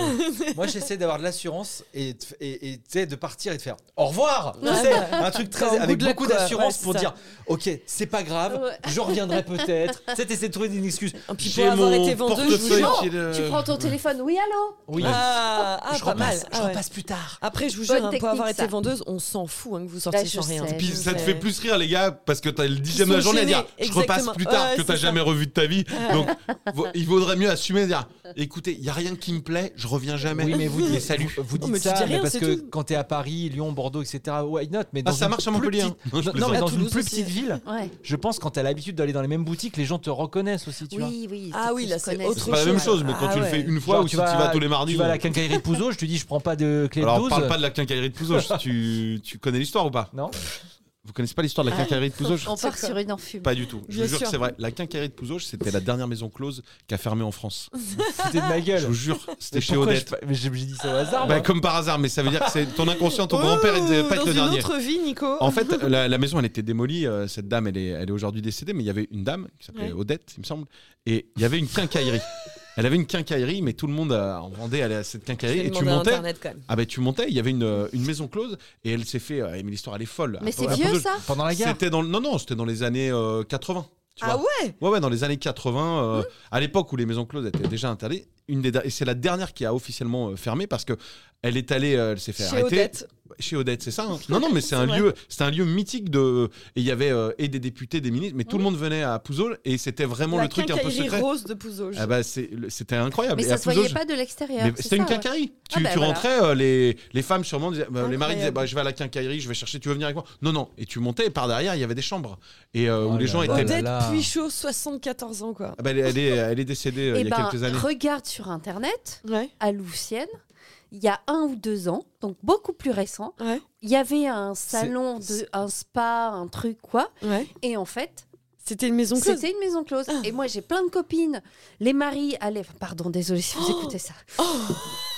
Moi, j'essaie d'avoir de l'assurance et, de- et, et, tu sais, de partir et de faire au revoir. Tu sais, un truc très T'as un avec good luck, beaucoup quoi. d'assurance Ouais, pour c'est ça. dire ok, c'est pas grave, Ouais. je reviendrai peut-être. Tu sais, t'essaies de trouver une excuse. Et puis J'ai pour avoir mon été vendeuse, je vous portefeuille jure. qui est le- Tu prends ton téléphone, oui, allô Oui, Ah, ah, je pas mal. repasse, Ah je ouais. repasse plus tard. Après, je vous Bonne jure, hein, pour avoir été technique, ça. vendeuse, on s'en fout hein, que vous sortiez Là, je sans rien. sais. Puis ça te Ouais. fait plus rire les gars parce que t'as le dixième Ils de la sont journée à dire gênés, je repasse exactement. plus tard Ouais, que t'as c'est ça. jamais revu de ta vie donc vaut- il vaudrait mieux assumer et dire écoutez il y a rien qui me plaît je reviens jamais Oui, mais vous dites, salut Vous Non, dites mais tu ça dis mais rien, parce c'est que tout. quand t'es à Paris, Lyon, Bordeaux, etc., why not Mais Ah, dans ça une marche à plus Montpellier, hein. petite- Non, je Non, plaisante. mais À dans une Toulouse plus aussi. petite ville, Ouais. je pense quand t'as l'habitude d'aller dans les mêmes boutiques, les gens te reconnaissent aussi, tu vois. Oui, oui. Ah tu- oui, tu là, te c'est connais, autre c'est pas la même chose mais quand Ah tu le ouais. fais une fois Genre, ou si tu vas tous les mardis Tu vas à la quincaillerie Pouzo, je te dis, je prends pas de clé alors de 12. parle pas de la quincaillerie de Pouzoche tu, tu connais l'histoire ou pas Non vous connaissez pas l'histoire de la quincaillerie de Pouzoche On part sur une enfume. pas du tout je Ah, Bien vous jure sûr. que c'est vrai la quincaillerie de Pouzoche c'était la dernière maison close qui a fermé en France Foutez de ma gueule. je vous jure c'était Mais chez pourquoi je Odette pa- mais J'ai j'ai dit ça au hasard. Bah, moi. comme par hasard mais ça veut dire que c'est ton inconscient ton Oh, grand-père était pas dans être le une dernier autre vie, Nico. En fait, la, la maison, elle était démolie. euh, cette dame, elle est, elle est aujourd'hui décédée, mais il y avait une dame qui s'appelait Ouais. Odette, il me semble, et il y avait une quincaillerie. Elle avait une quincaillerie, mais tout le monde euh, en vendait à la- cette Je vais quincaillerie. Et tu demander à montais. Internet quand même. Ah ben tu montais. Il y avait une, euh, une maison close et elle s'est fait. euh, mais l'histoire, elle est folle. Mais À- c'est à- à- vieux, ça Pendant la guerre. C'était dans le- non non, c'était dans les années euh, 80. tu Ah vois. ouais Ouais, ouais, dans les années 80, Mmh. euh, à l'époque où les maisons closes étaient déjà interdites, une des, da- et c'est la dernière qui a officiellement euh, fermé parce que elle est allée, euh, elle s'est fait Chez arrêter. Odette. Chez Odette, c'est ça. hein. Non, non, mais c'est un vrai. lieu, c'est un lieu mythique de. Et il y avait euh, et des députés, des ministres, mais tout le monde venait à Pouzol et c'était vraiment La le truc un peu quincaillerie secret. rose de Pouzo. Ah bah c'est- le- c'était incroyable. Mais Et ça à se Pouzol, voyait je- pas de l'extérieur. mais c'est c'était ça, une ouais. quincaillerie. Ah Tu, bah tu voilà. rentrais, euh, les, les femmes sûrement disaient, bah, les maris disaient, Incroyable. bah, je vais à la quincaillerie, je vais chercher, tu veux venir avec moi Non, non. Et tu montais et par derrière il y avait des chambres et euh, où Oh les là gens là. étaient. Odette. Odette là. Puichot, 74 ans, quoi. Ah bah, elle, est- elle est, elle est décédée euh, Eh il y a ben, quelques années. regarde sur Internet, Ouais. à Loucienne, il y a un ou deux ans, donc beaucoup plus récent, Ouais. il y avait un salon, de, c'est- un spa, un truc, quoi. Ouais. Et en fait, C'était une maison close. c'était une maison close. Et moi, j'ai plein de copines. Les maris allaient... enfin, Pardon, désolée si vous Oh écoutez ça.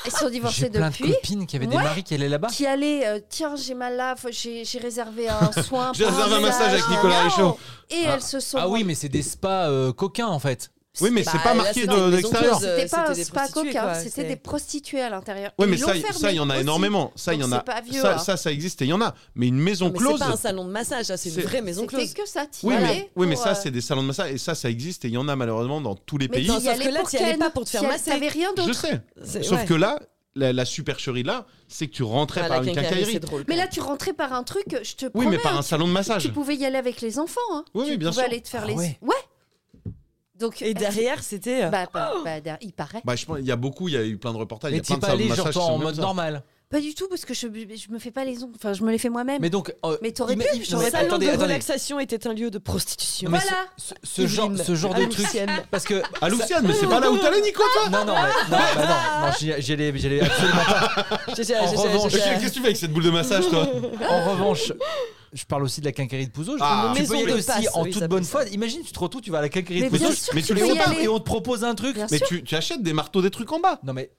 Ils sont divorcés J'ai plein de depuis. copines qui avaient des Ouais. maris qui allaient là-bas. Qui allaient... euh, Tiens, j'ai mal là, faut- j'ai j'ai réservé un soin. J'ai pour réservé un massage avec non, Nicolas non. Richaud. Et Ah. elles se sont. Ah oui, mais c'est des spas euh, coquins en fait. Oui, mais Bah, c'est pas là, marqué c'était une de de maison l'extérieur. close. C'était pas un C'était des spa prostituées, coquin, quoi, c'était c'est- des prostituées à l'intérieur. Oui, Ils mais l'ont ça, fermé ça, il y en a aussi. énormément. Ça, il y Donc en a. c'est pas vieux, ça, hein. ça, ça existe et il y en a. Mais une maison Mais close. C'est pas un salon de massage, ça, c'est une C'est- vraie maison C'était close. que ça, t'y Oui, mais, allais oui, mais pour, ça, euh, c'est des salons de massage et ça, ça existe et il y en a malheureusement dans tous les mais pays. t'y Sauf que allais là, pour t'y allais Ken, pas pour te t'y faire allais- masser. T'avais rien Je d'autre. sais. Euh, C'est- Sauf ouais. que là, la, la supercherie là, c'est que tu rentrais Bah, Ah, par la une quincaillerie. c'est drôle. Mais là, tu rentrais par un truc, je te Oui, promets. mais par un hein, salon de tu, massage. tu pouvais y aller avec les enfants. Hein. Oui, oui, tu bien pouvais sûr. aller te faire Ah les. ouais. Donc, Et derrière, c'était. euh, bah, bah, bah, derrière, il paraît. Bah, je pense, il y a beaucoup, il y a eu plein de reportages. il y Mais a plein de t'es pas salons de allé genre massage qui toi, sont en même mode ça. normal. Pas du tout, parce que je, je me fais pas les ongles. Enfin, je me les fais moi-même. Mais donc. euh, Mais t'aurais ima- pu, non, Le j'aurais mais pu. salon Attendez, de attendez. relaxation était un lieu de prostitution. Non, mais Voilà. Ce, ce genre, ce genre de Yvelines, truc. Aloucienne. Parce que. À Louciane, mais c'est pas là où t'allais, Nico, toi Non, non, mais- non, bah non, non, j'y j'y allais, j'y allais absolument pas. J'ai- j'ai- En j'ai- revanche, j'ai- Qu'est-ce que tu fais avec cette boule de massage, toi En revanche, je parle aussi de la quincaillerie de Pouzo. Ah. tu peux y Maison aller de aussi passe, en oui, toute ça bonne peut- foi. Imagine, tu te retrouves, tu vas à la quincaillerie Mais de Pouzo bien sûr mais que tu tu les peux vois y pas, aller. et on te propose un truc. Bien Mais sûr. tu, tu achètes des marteaux, des trucs en bas. Non mais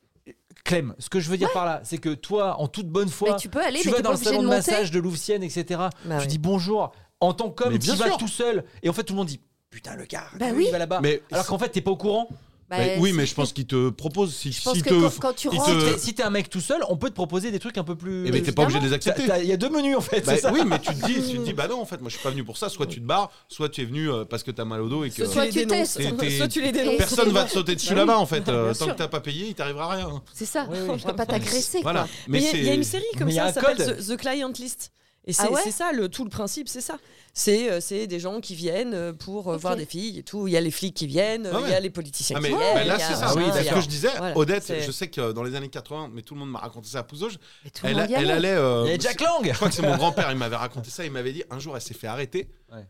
Clem, ce que je veux dire par là, c'est que toi, en toute bonne foi, Mais tu peux aller, mais vas t'es dans pas le obligé salon de de, monter. massage de Louveciennes, etc. Bah tu oui. dis bonjour. En tant qu'homme, Mais tu bien vas sûr. tout seul. Et en fait, tout le monde dit putain le gars, Bah lui, oui. il va là-bas. Mais- Alors qu'en fait, t'es pas au courant. Bah, Mais oui, c'est- mais je pense qu'ils te proposent. Si, Je pense si que te- quand- quand tu ils te- rentres- Si t'es- Si t'es un mec tout seul, on peut te proposer des trucs un peu plus. Eh ben, t'es pas obligé de les T'as- accepter. t'as- Il y a deux menus en fait. Bah, c'est ça oui, mais tu te dis, tu te dis, bah non, en fait, moi je suis pas venu pour ça. Soit tu te barres, soit tu es venu euh, parce que t'as mal au dos et que Soit tu Soit les tu dénonces. t'es- t'es- Soit tu les dénonces. personne va te sauter dessus là-bas en fait. Euh, Bien tant sûr. que t'as pas payé, il t'arrivera rien. C'est ça. Oui, oui. On va pas t'agresser. quoi. Voilà. Mais il y a- il y, a c'est- une série comme Mais il y ça, a un ça s'appelle code. The, The Client List. Et c'est Ah ouais c'est ça, le, tout le principe, c'est ça. C'est euh, c'est des gens qui viennent euh, pour euh, Ok. voir des filles et tout. Il y a les flics qui viennent, euh, Ah il y ouais. a les politiciens Ah, mais qui bah, viennent. là, il y a- c'est ça. Ah oui, il y a- c'est ce que je disais. Voilà, Odette, c'est- je sais que dans les années 80, mais tout le monde m'a raconté ça à Pouzauge. Mais tout le Elle, monde y elle allait. allait. euh, Il y a Jack Lang. Je crois que c'est mon grand-père, il m'avait raconté ça. Il m'avait dit un jour, elle s'est fait arrêter. Ouais.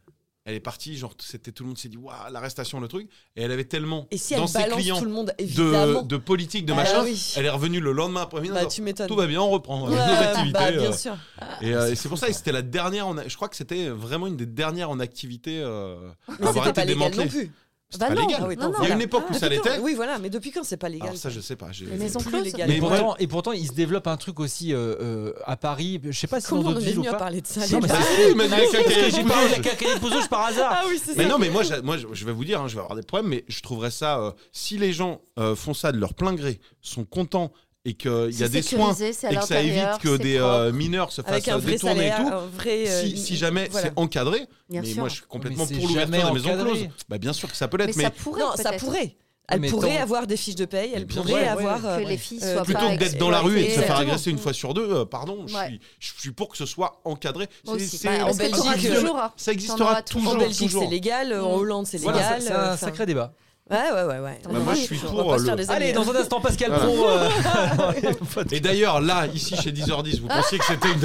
Elle est partie, genre, c'était tout le monde s'est dit, waouh, l'arrestation, le truc. Et elle avait tellement Et si dans elle ses balance clients tout le monde, de, évidemment. de politique, de Ah machin, oui. elle est revenue le lendemain après-midi. en Bah, disant, tu m'étonnes. tout va bien, on reprend euh, Ouais, nos activités. bah, euh. bien sûr. Et, euh, et c'est pour ça, et c'était la dernière. en a- je crois que c'était vraiment une des dernières en activité euh, à Mais avoir c'était été pas légal non démantelée. plus. C'était Bah pas non, légal. ah oui, non, Il y a non. une époque où Depuis ça quand- l'était. Oui, voilà, mais depuis quand c'est pas légal Alors ça, je sais pas. j'ai- Les maisons plus closes. légal. Mais Ouais. pourtant, et pourtant, il se développe un truc aussi euh, euh, à Paris. Je sais pas si Comment dans on en d'autres est villes ou venu à pas. parler de ça Si, les mais gars ça- Ah, mais avec un Parce que cahier j'ai de parlé de pouce. la caca des pousseuses par hasard. Ah oui, c'est Mais ça. non, mais moi, j'a- moi je- je vais vous dire, hein, je vais avoir des problèmes, mais je trouverais ça. euh, si les gens euh, font ça de leur plein gré, sont contents et qu'il y a C'est des soins sécurisé, c'est à et que ça l'intérieur, évite que c'est des propre. euh, mineurs se fassent Avec un euh, vrai détourner et salaire, tout, un vrai. euh, si, si jamais voilà. c'est encadré, Bien mais sûr. moi je suis complètement Mais pour c'est l'ouverture des jamais maisons encadré. closes. Bah, bien sûr que ça peut l'être, mais, Mais ça pourrait. Non, ça peut-être. pourrait. Elle Mais pourrait tant- avoir des fiches de paye, elle Mais bien pourrait sûr. Ouais, avoir. euh, Que les filles euh, soient plutôt pas que d'être dans la rue et de se faire exactement. agresser une fois sur deux, euh, pardon, je Ouais. suis, je suis pour que ce soit encadré. Moi aussi. C'est- Bah, c'est- parce que en t'auras Belgique, toujours, hein. ça T'en existera auras toujours. En Belgique, toujours. c'est légal. En Hollande, c'est Voilà, légal. euh, c'est- c'est un enfin. sacré débat. Ouais, ouais, ouais. ouais. Bah, moi, je Oui, suis on va On va pour pas euh, se le- faire des amis. Allez, dans un instant, Pascal Pro. euh, Et d'ailleurs, là, ici, chez 10h10, vous pensiez que c'était une...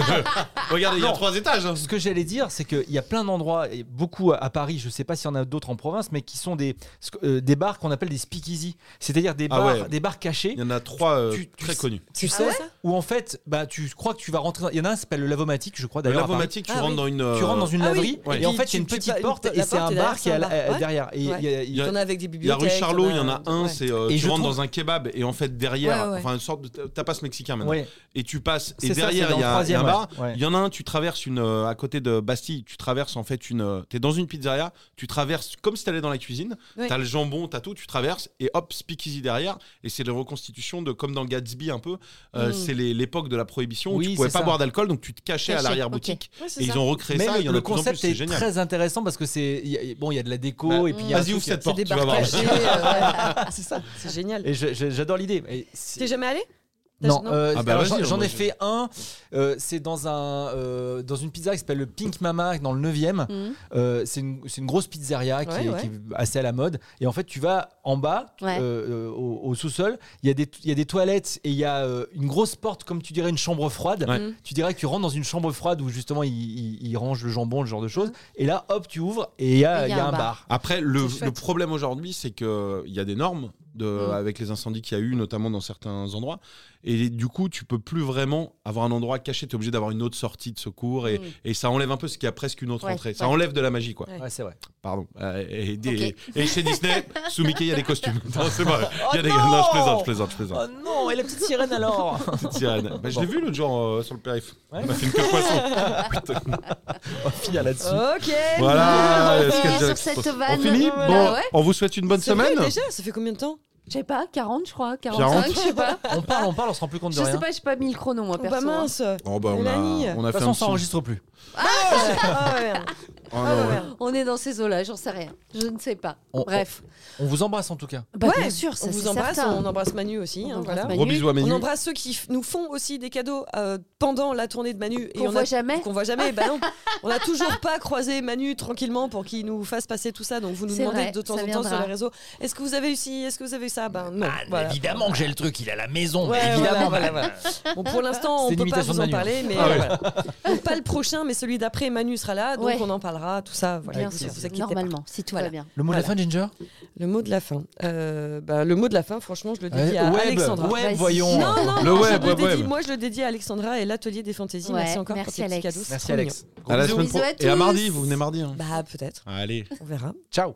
Regardez, il y a Non. trois étages. hein. Ce que j'allais dire, c'est qu'il y a plein d'endroits, et beaucoup à à Paris, je sais pas s'il y en a d'autres en province, mais qui sont des, ce que- euh, des bars qu'on appelle des speakeasy. C'est-à-dire des, Ah bars- ouais. des bars cachés Il y en a trois euh, Tu- tu très sais- connus. tu Ah sais, ouais où en fait, bah, tu crois que tu vas rentrer. Dans... Il y en a un qui s'appelle le lavomatique, je crois Le d'ailleurs. à Paris. lavomatique, tu Ah rentres oui. dans une. euh, Tu rentres dans une Ah oui. laverie Ouais. et en Tu- fait, il y a une tu- tu petite pas- une porte po- et la c'est porte un et derrière, bar qui c'est est à un la- bar. euh, Ouais. derrière. Et il y a- il y a- T'en as avec Il des y a bibliothèques. rue Charlot, t'en il y en a un, ouais. c'est euh, Et tu je rentres trouve- dans un kebab et en fait derrière, Ouais, ouais. enfin une sorte de tapas mexicain maintenant. Ouais. Et tu passes et C'est ça, derrière c'est dans il y a le troisième, un bar. ouais. Ouais. Il y en a un, tu traverses une euh, à côté de Bastille, tu traverses en fait une, euh, t'es dans une pizzeria, tu traverses comme si t'allais dans la cuisine, Ouais. t'as le jambon, t'as tout, tu traverses et hop speakeasy derrière et c'est les reconstitutions de comme dans Gatsby un peu, euh, Mm. c'est les- l'époque de la prohibition où Oui, tu pouvais c'est pas ça. boire d'alcool donc tu te cachais à Caché, l'arrière ok. boutique Ouais, c'est et ça. ils ont recréé Mais ça. le, il y en a le de plus en plus, concept c'est est génial. très intéressant parce que c'est il y a- bon il y a de la déco Bah, et puis il y a un Vas-y truc- ouvre cette C'est porte, des tu bars vas voir. cachés, euh, ouais. c'est ça. C'est génial. Et je- je- j'adore l'idée. Et c'est- T'es jamais allé T'as- Non, non euh, Ah bah alors, vas-y, j'en- j'en moi, ai je- fait un. euh, c'est dans un euh, dans une pizza qui s'appelle le Pink Mama dans le 9e. Mhm. Euh, c'est une, c'est une grosse pizzeria qui, Ouais, est, ouais. qui est assez à la mode. Et en fait, tu vas en bas, Ouais. euh, euh, au, au sous-sol, il y, a des- il y a des toilettes et il y a euh, une grosse porte, comme tu dirais, une chambre froide. Ouais. Mhm. Tu dirais que tu rentres dans une chambre froide où justement ils ils- ils rangent le jambon, le genre de choses. Et là, hop, tu ouvres et il y a, il y a un bar. Après, le, C'est chouette. le problème aujourd'hui, c'est qu'il y a des normes de, avec les incendies qu'il y a eu, notamment dans certains endroits. Et du coup, tu peux plus vraiment avoir un endroit caché. Tu es obligé d'avoir une autre sortie de secours. Et, Mm. et ça enlève un peu ce qu'il y a presque une autre Ouais, entrée. Ça ouais. enlève de la magie, quoi. Ouais. Ouais, c'est vrai. Pardon. Euh, et, des- Ok. et chez Disney, sous Mickey, il y a des costumes. Non, c'est pas vrai. Il y a des- Oh non, je non plaisante, je plaisante, je plaisante. Oh non, et la petite sirène alors Petite sirène. Bah, je l'ai vu l'autre jour euh, sur le périph. Ouais. On a fait une queue de poisson. On finit là-dessus. Ok. Voilà. On est-ce que finit je- sur cette On vanne. finit Voilà, Bon, ouais. on vous souhaite une bonne C'est vrai, semaine. déjà, ça fait combien de temps Je sais pas, 40 je crois, 45, je sais pas. On parle, on parle, on se rend plus compte de Je rien. sais pas, j'ai pas mis le chrono moi Oh, Bah perso. hein. mince. Oh, bah, on a, Mélanie. on De a fait toute façon, un on petit- s'enregistre plus. Ah ouais. Oh, Ah non, ouais. ouais. On est dans ces eaux-là, j'en sais rien. Je ne sais pas. On- Bref. On vous embrasse en tout cas. Bah, Ouais, bien sûr, ça on c'est vous embrasse, certain. on embrasse Manu aussi. On hein, embrasse voilà. Manu. Gros bisous à Manu. On embrasse ceux qui f- nous font aussi des cadeaux euh, pendant la tournée de Manu. Qu'on on voit a- jamais. Qu'on voit jamais. bah non. On n'a toujours pas croisé Manu tranquillement pour qu'il nous fasse passer tout ça. Donc vous nous C'est demandez vrai, de temps en ça temps sur viendra. Ah, les réseaux est-ce que vous avez eu ci Est-ce que vous avez eu ça Ben non. voilà. Ah, Évidemment que j'ai le truc, il est à la maison. Ouais, évidemment. voilà, voilà, Bon, pour l'instant, on C'est peut pas l'imitation vous en de Manu. parler, mais Ah ouais. voilà. Donc, pas le prochain, mais celui d'après, Manu sera là, donc Ouais. on en parlera, tout ça. Voilà, Bien Vous sûr, vous inquiétez pas. normalement, si tout Voilà. va bien. Le mot de la Voilà. fin, Ginger Le mot de la fin. Euh, bah, le mot de la fin, franchement, je le dédie Ouais, à Web, Alexandra. web, Vas-y. voyons. Non, non, Le non, web, je le web, dédie- web. Moi, je le dédie à Alexandra et l'atelier des fantaisies. Ouais, merci encore merci, pour tes petits Alex. cadeaux. c'est Merci trop Alex. À la Bisous. semaine Bisous pro- à Et à tous. mardi, vous venez mardi. hein. mignon. Bah, peut-être. Allez. On verra. Ciao.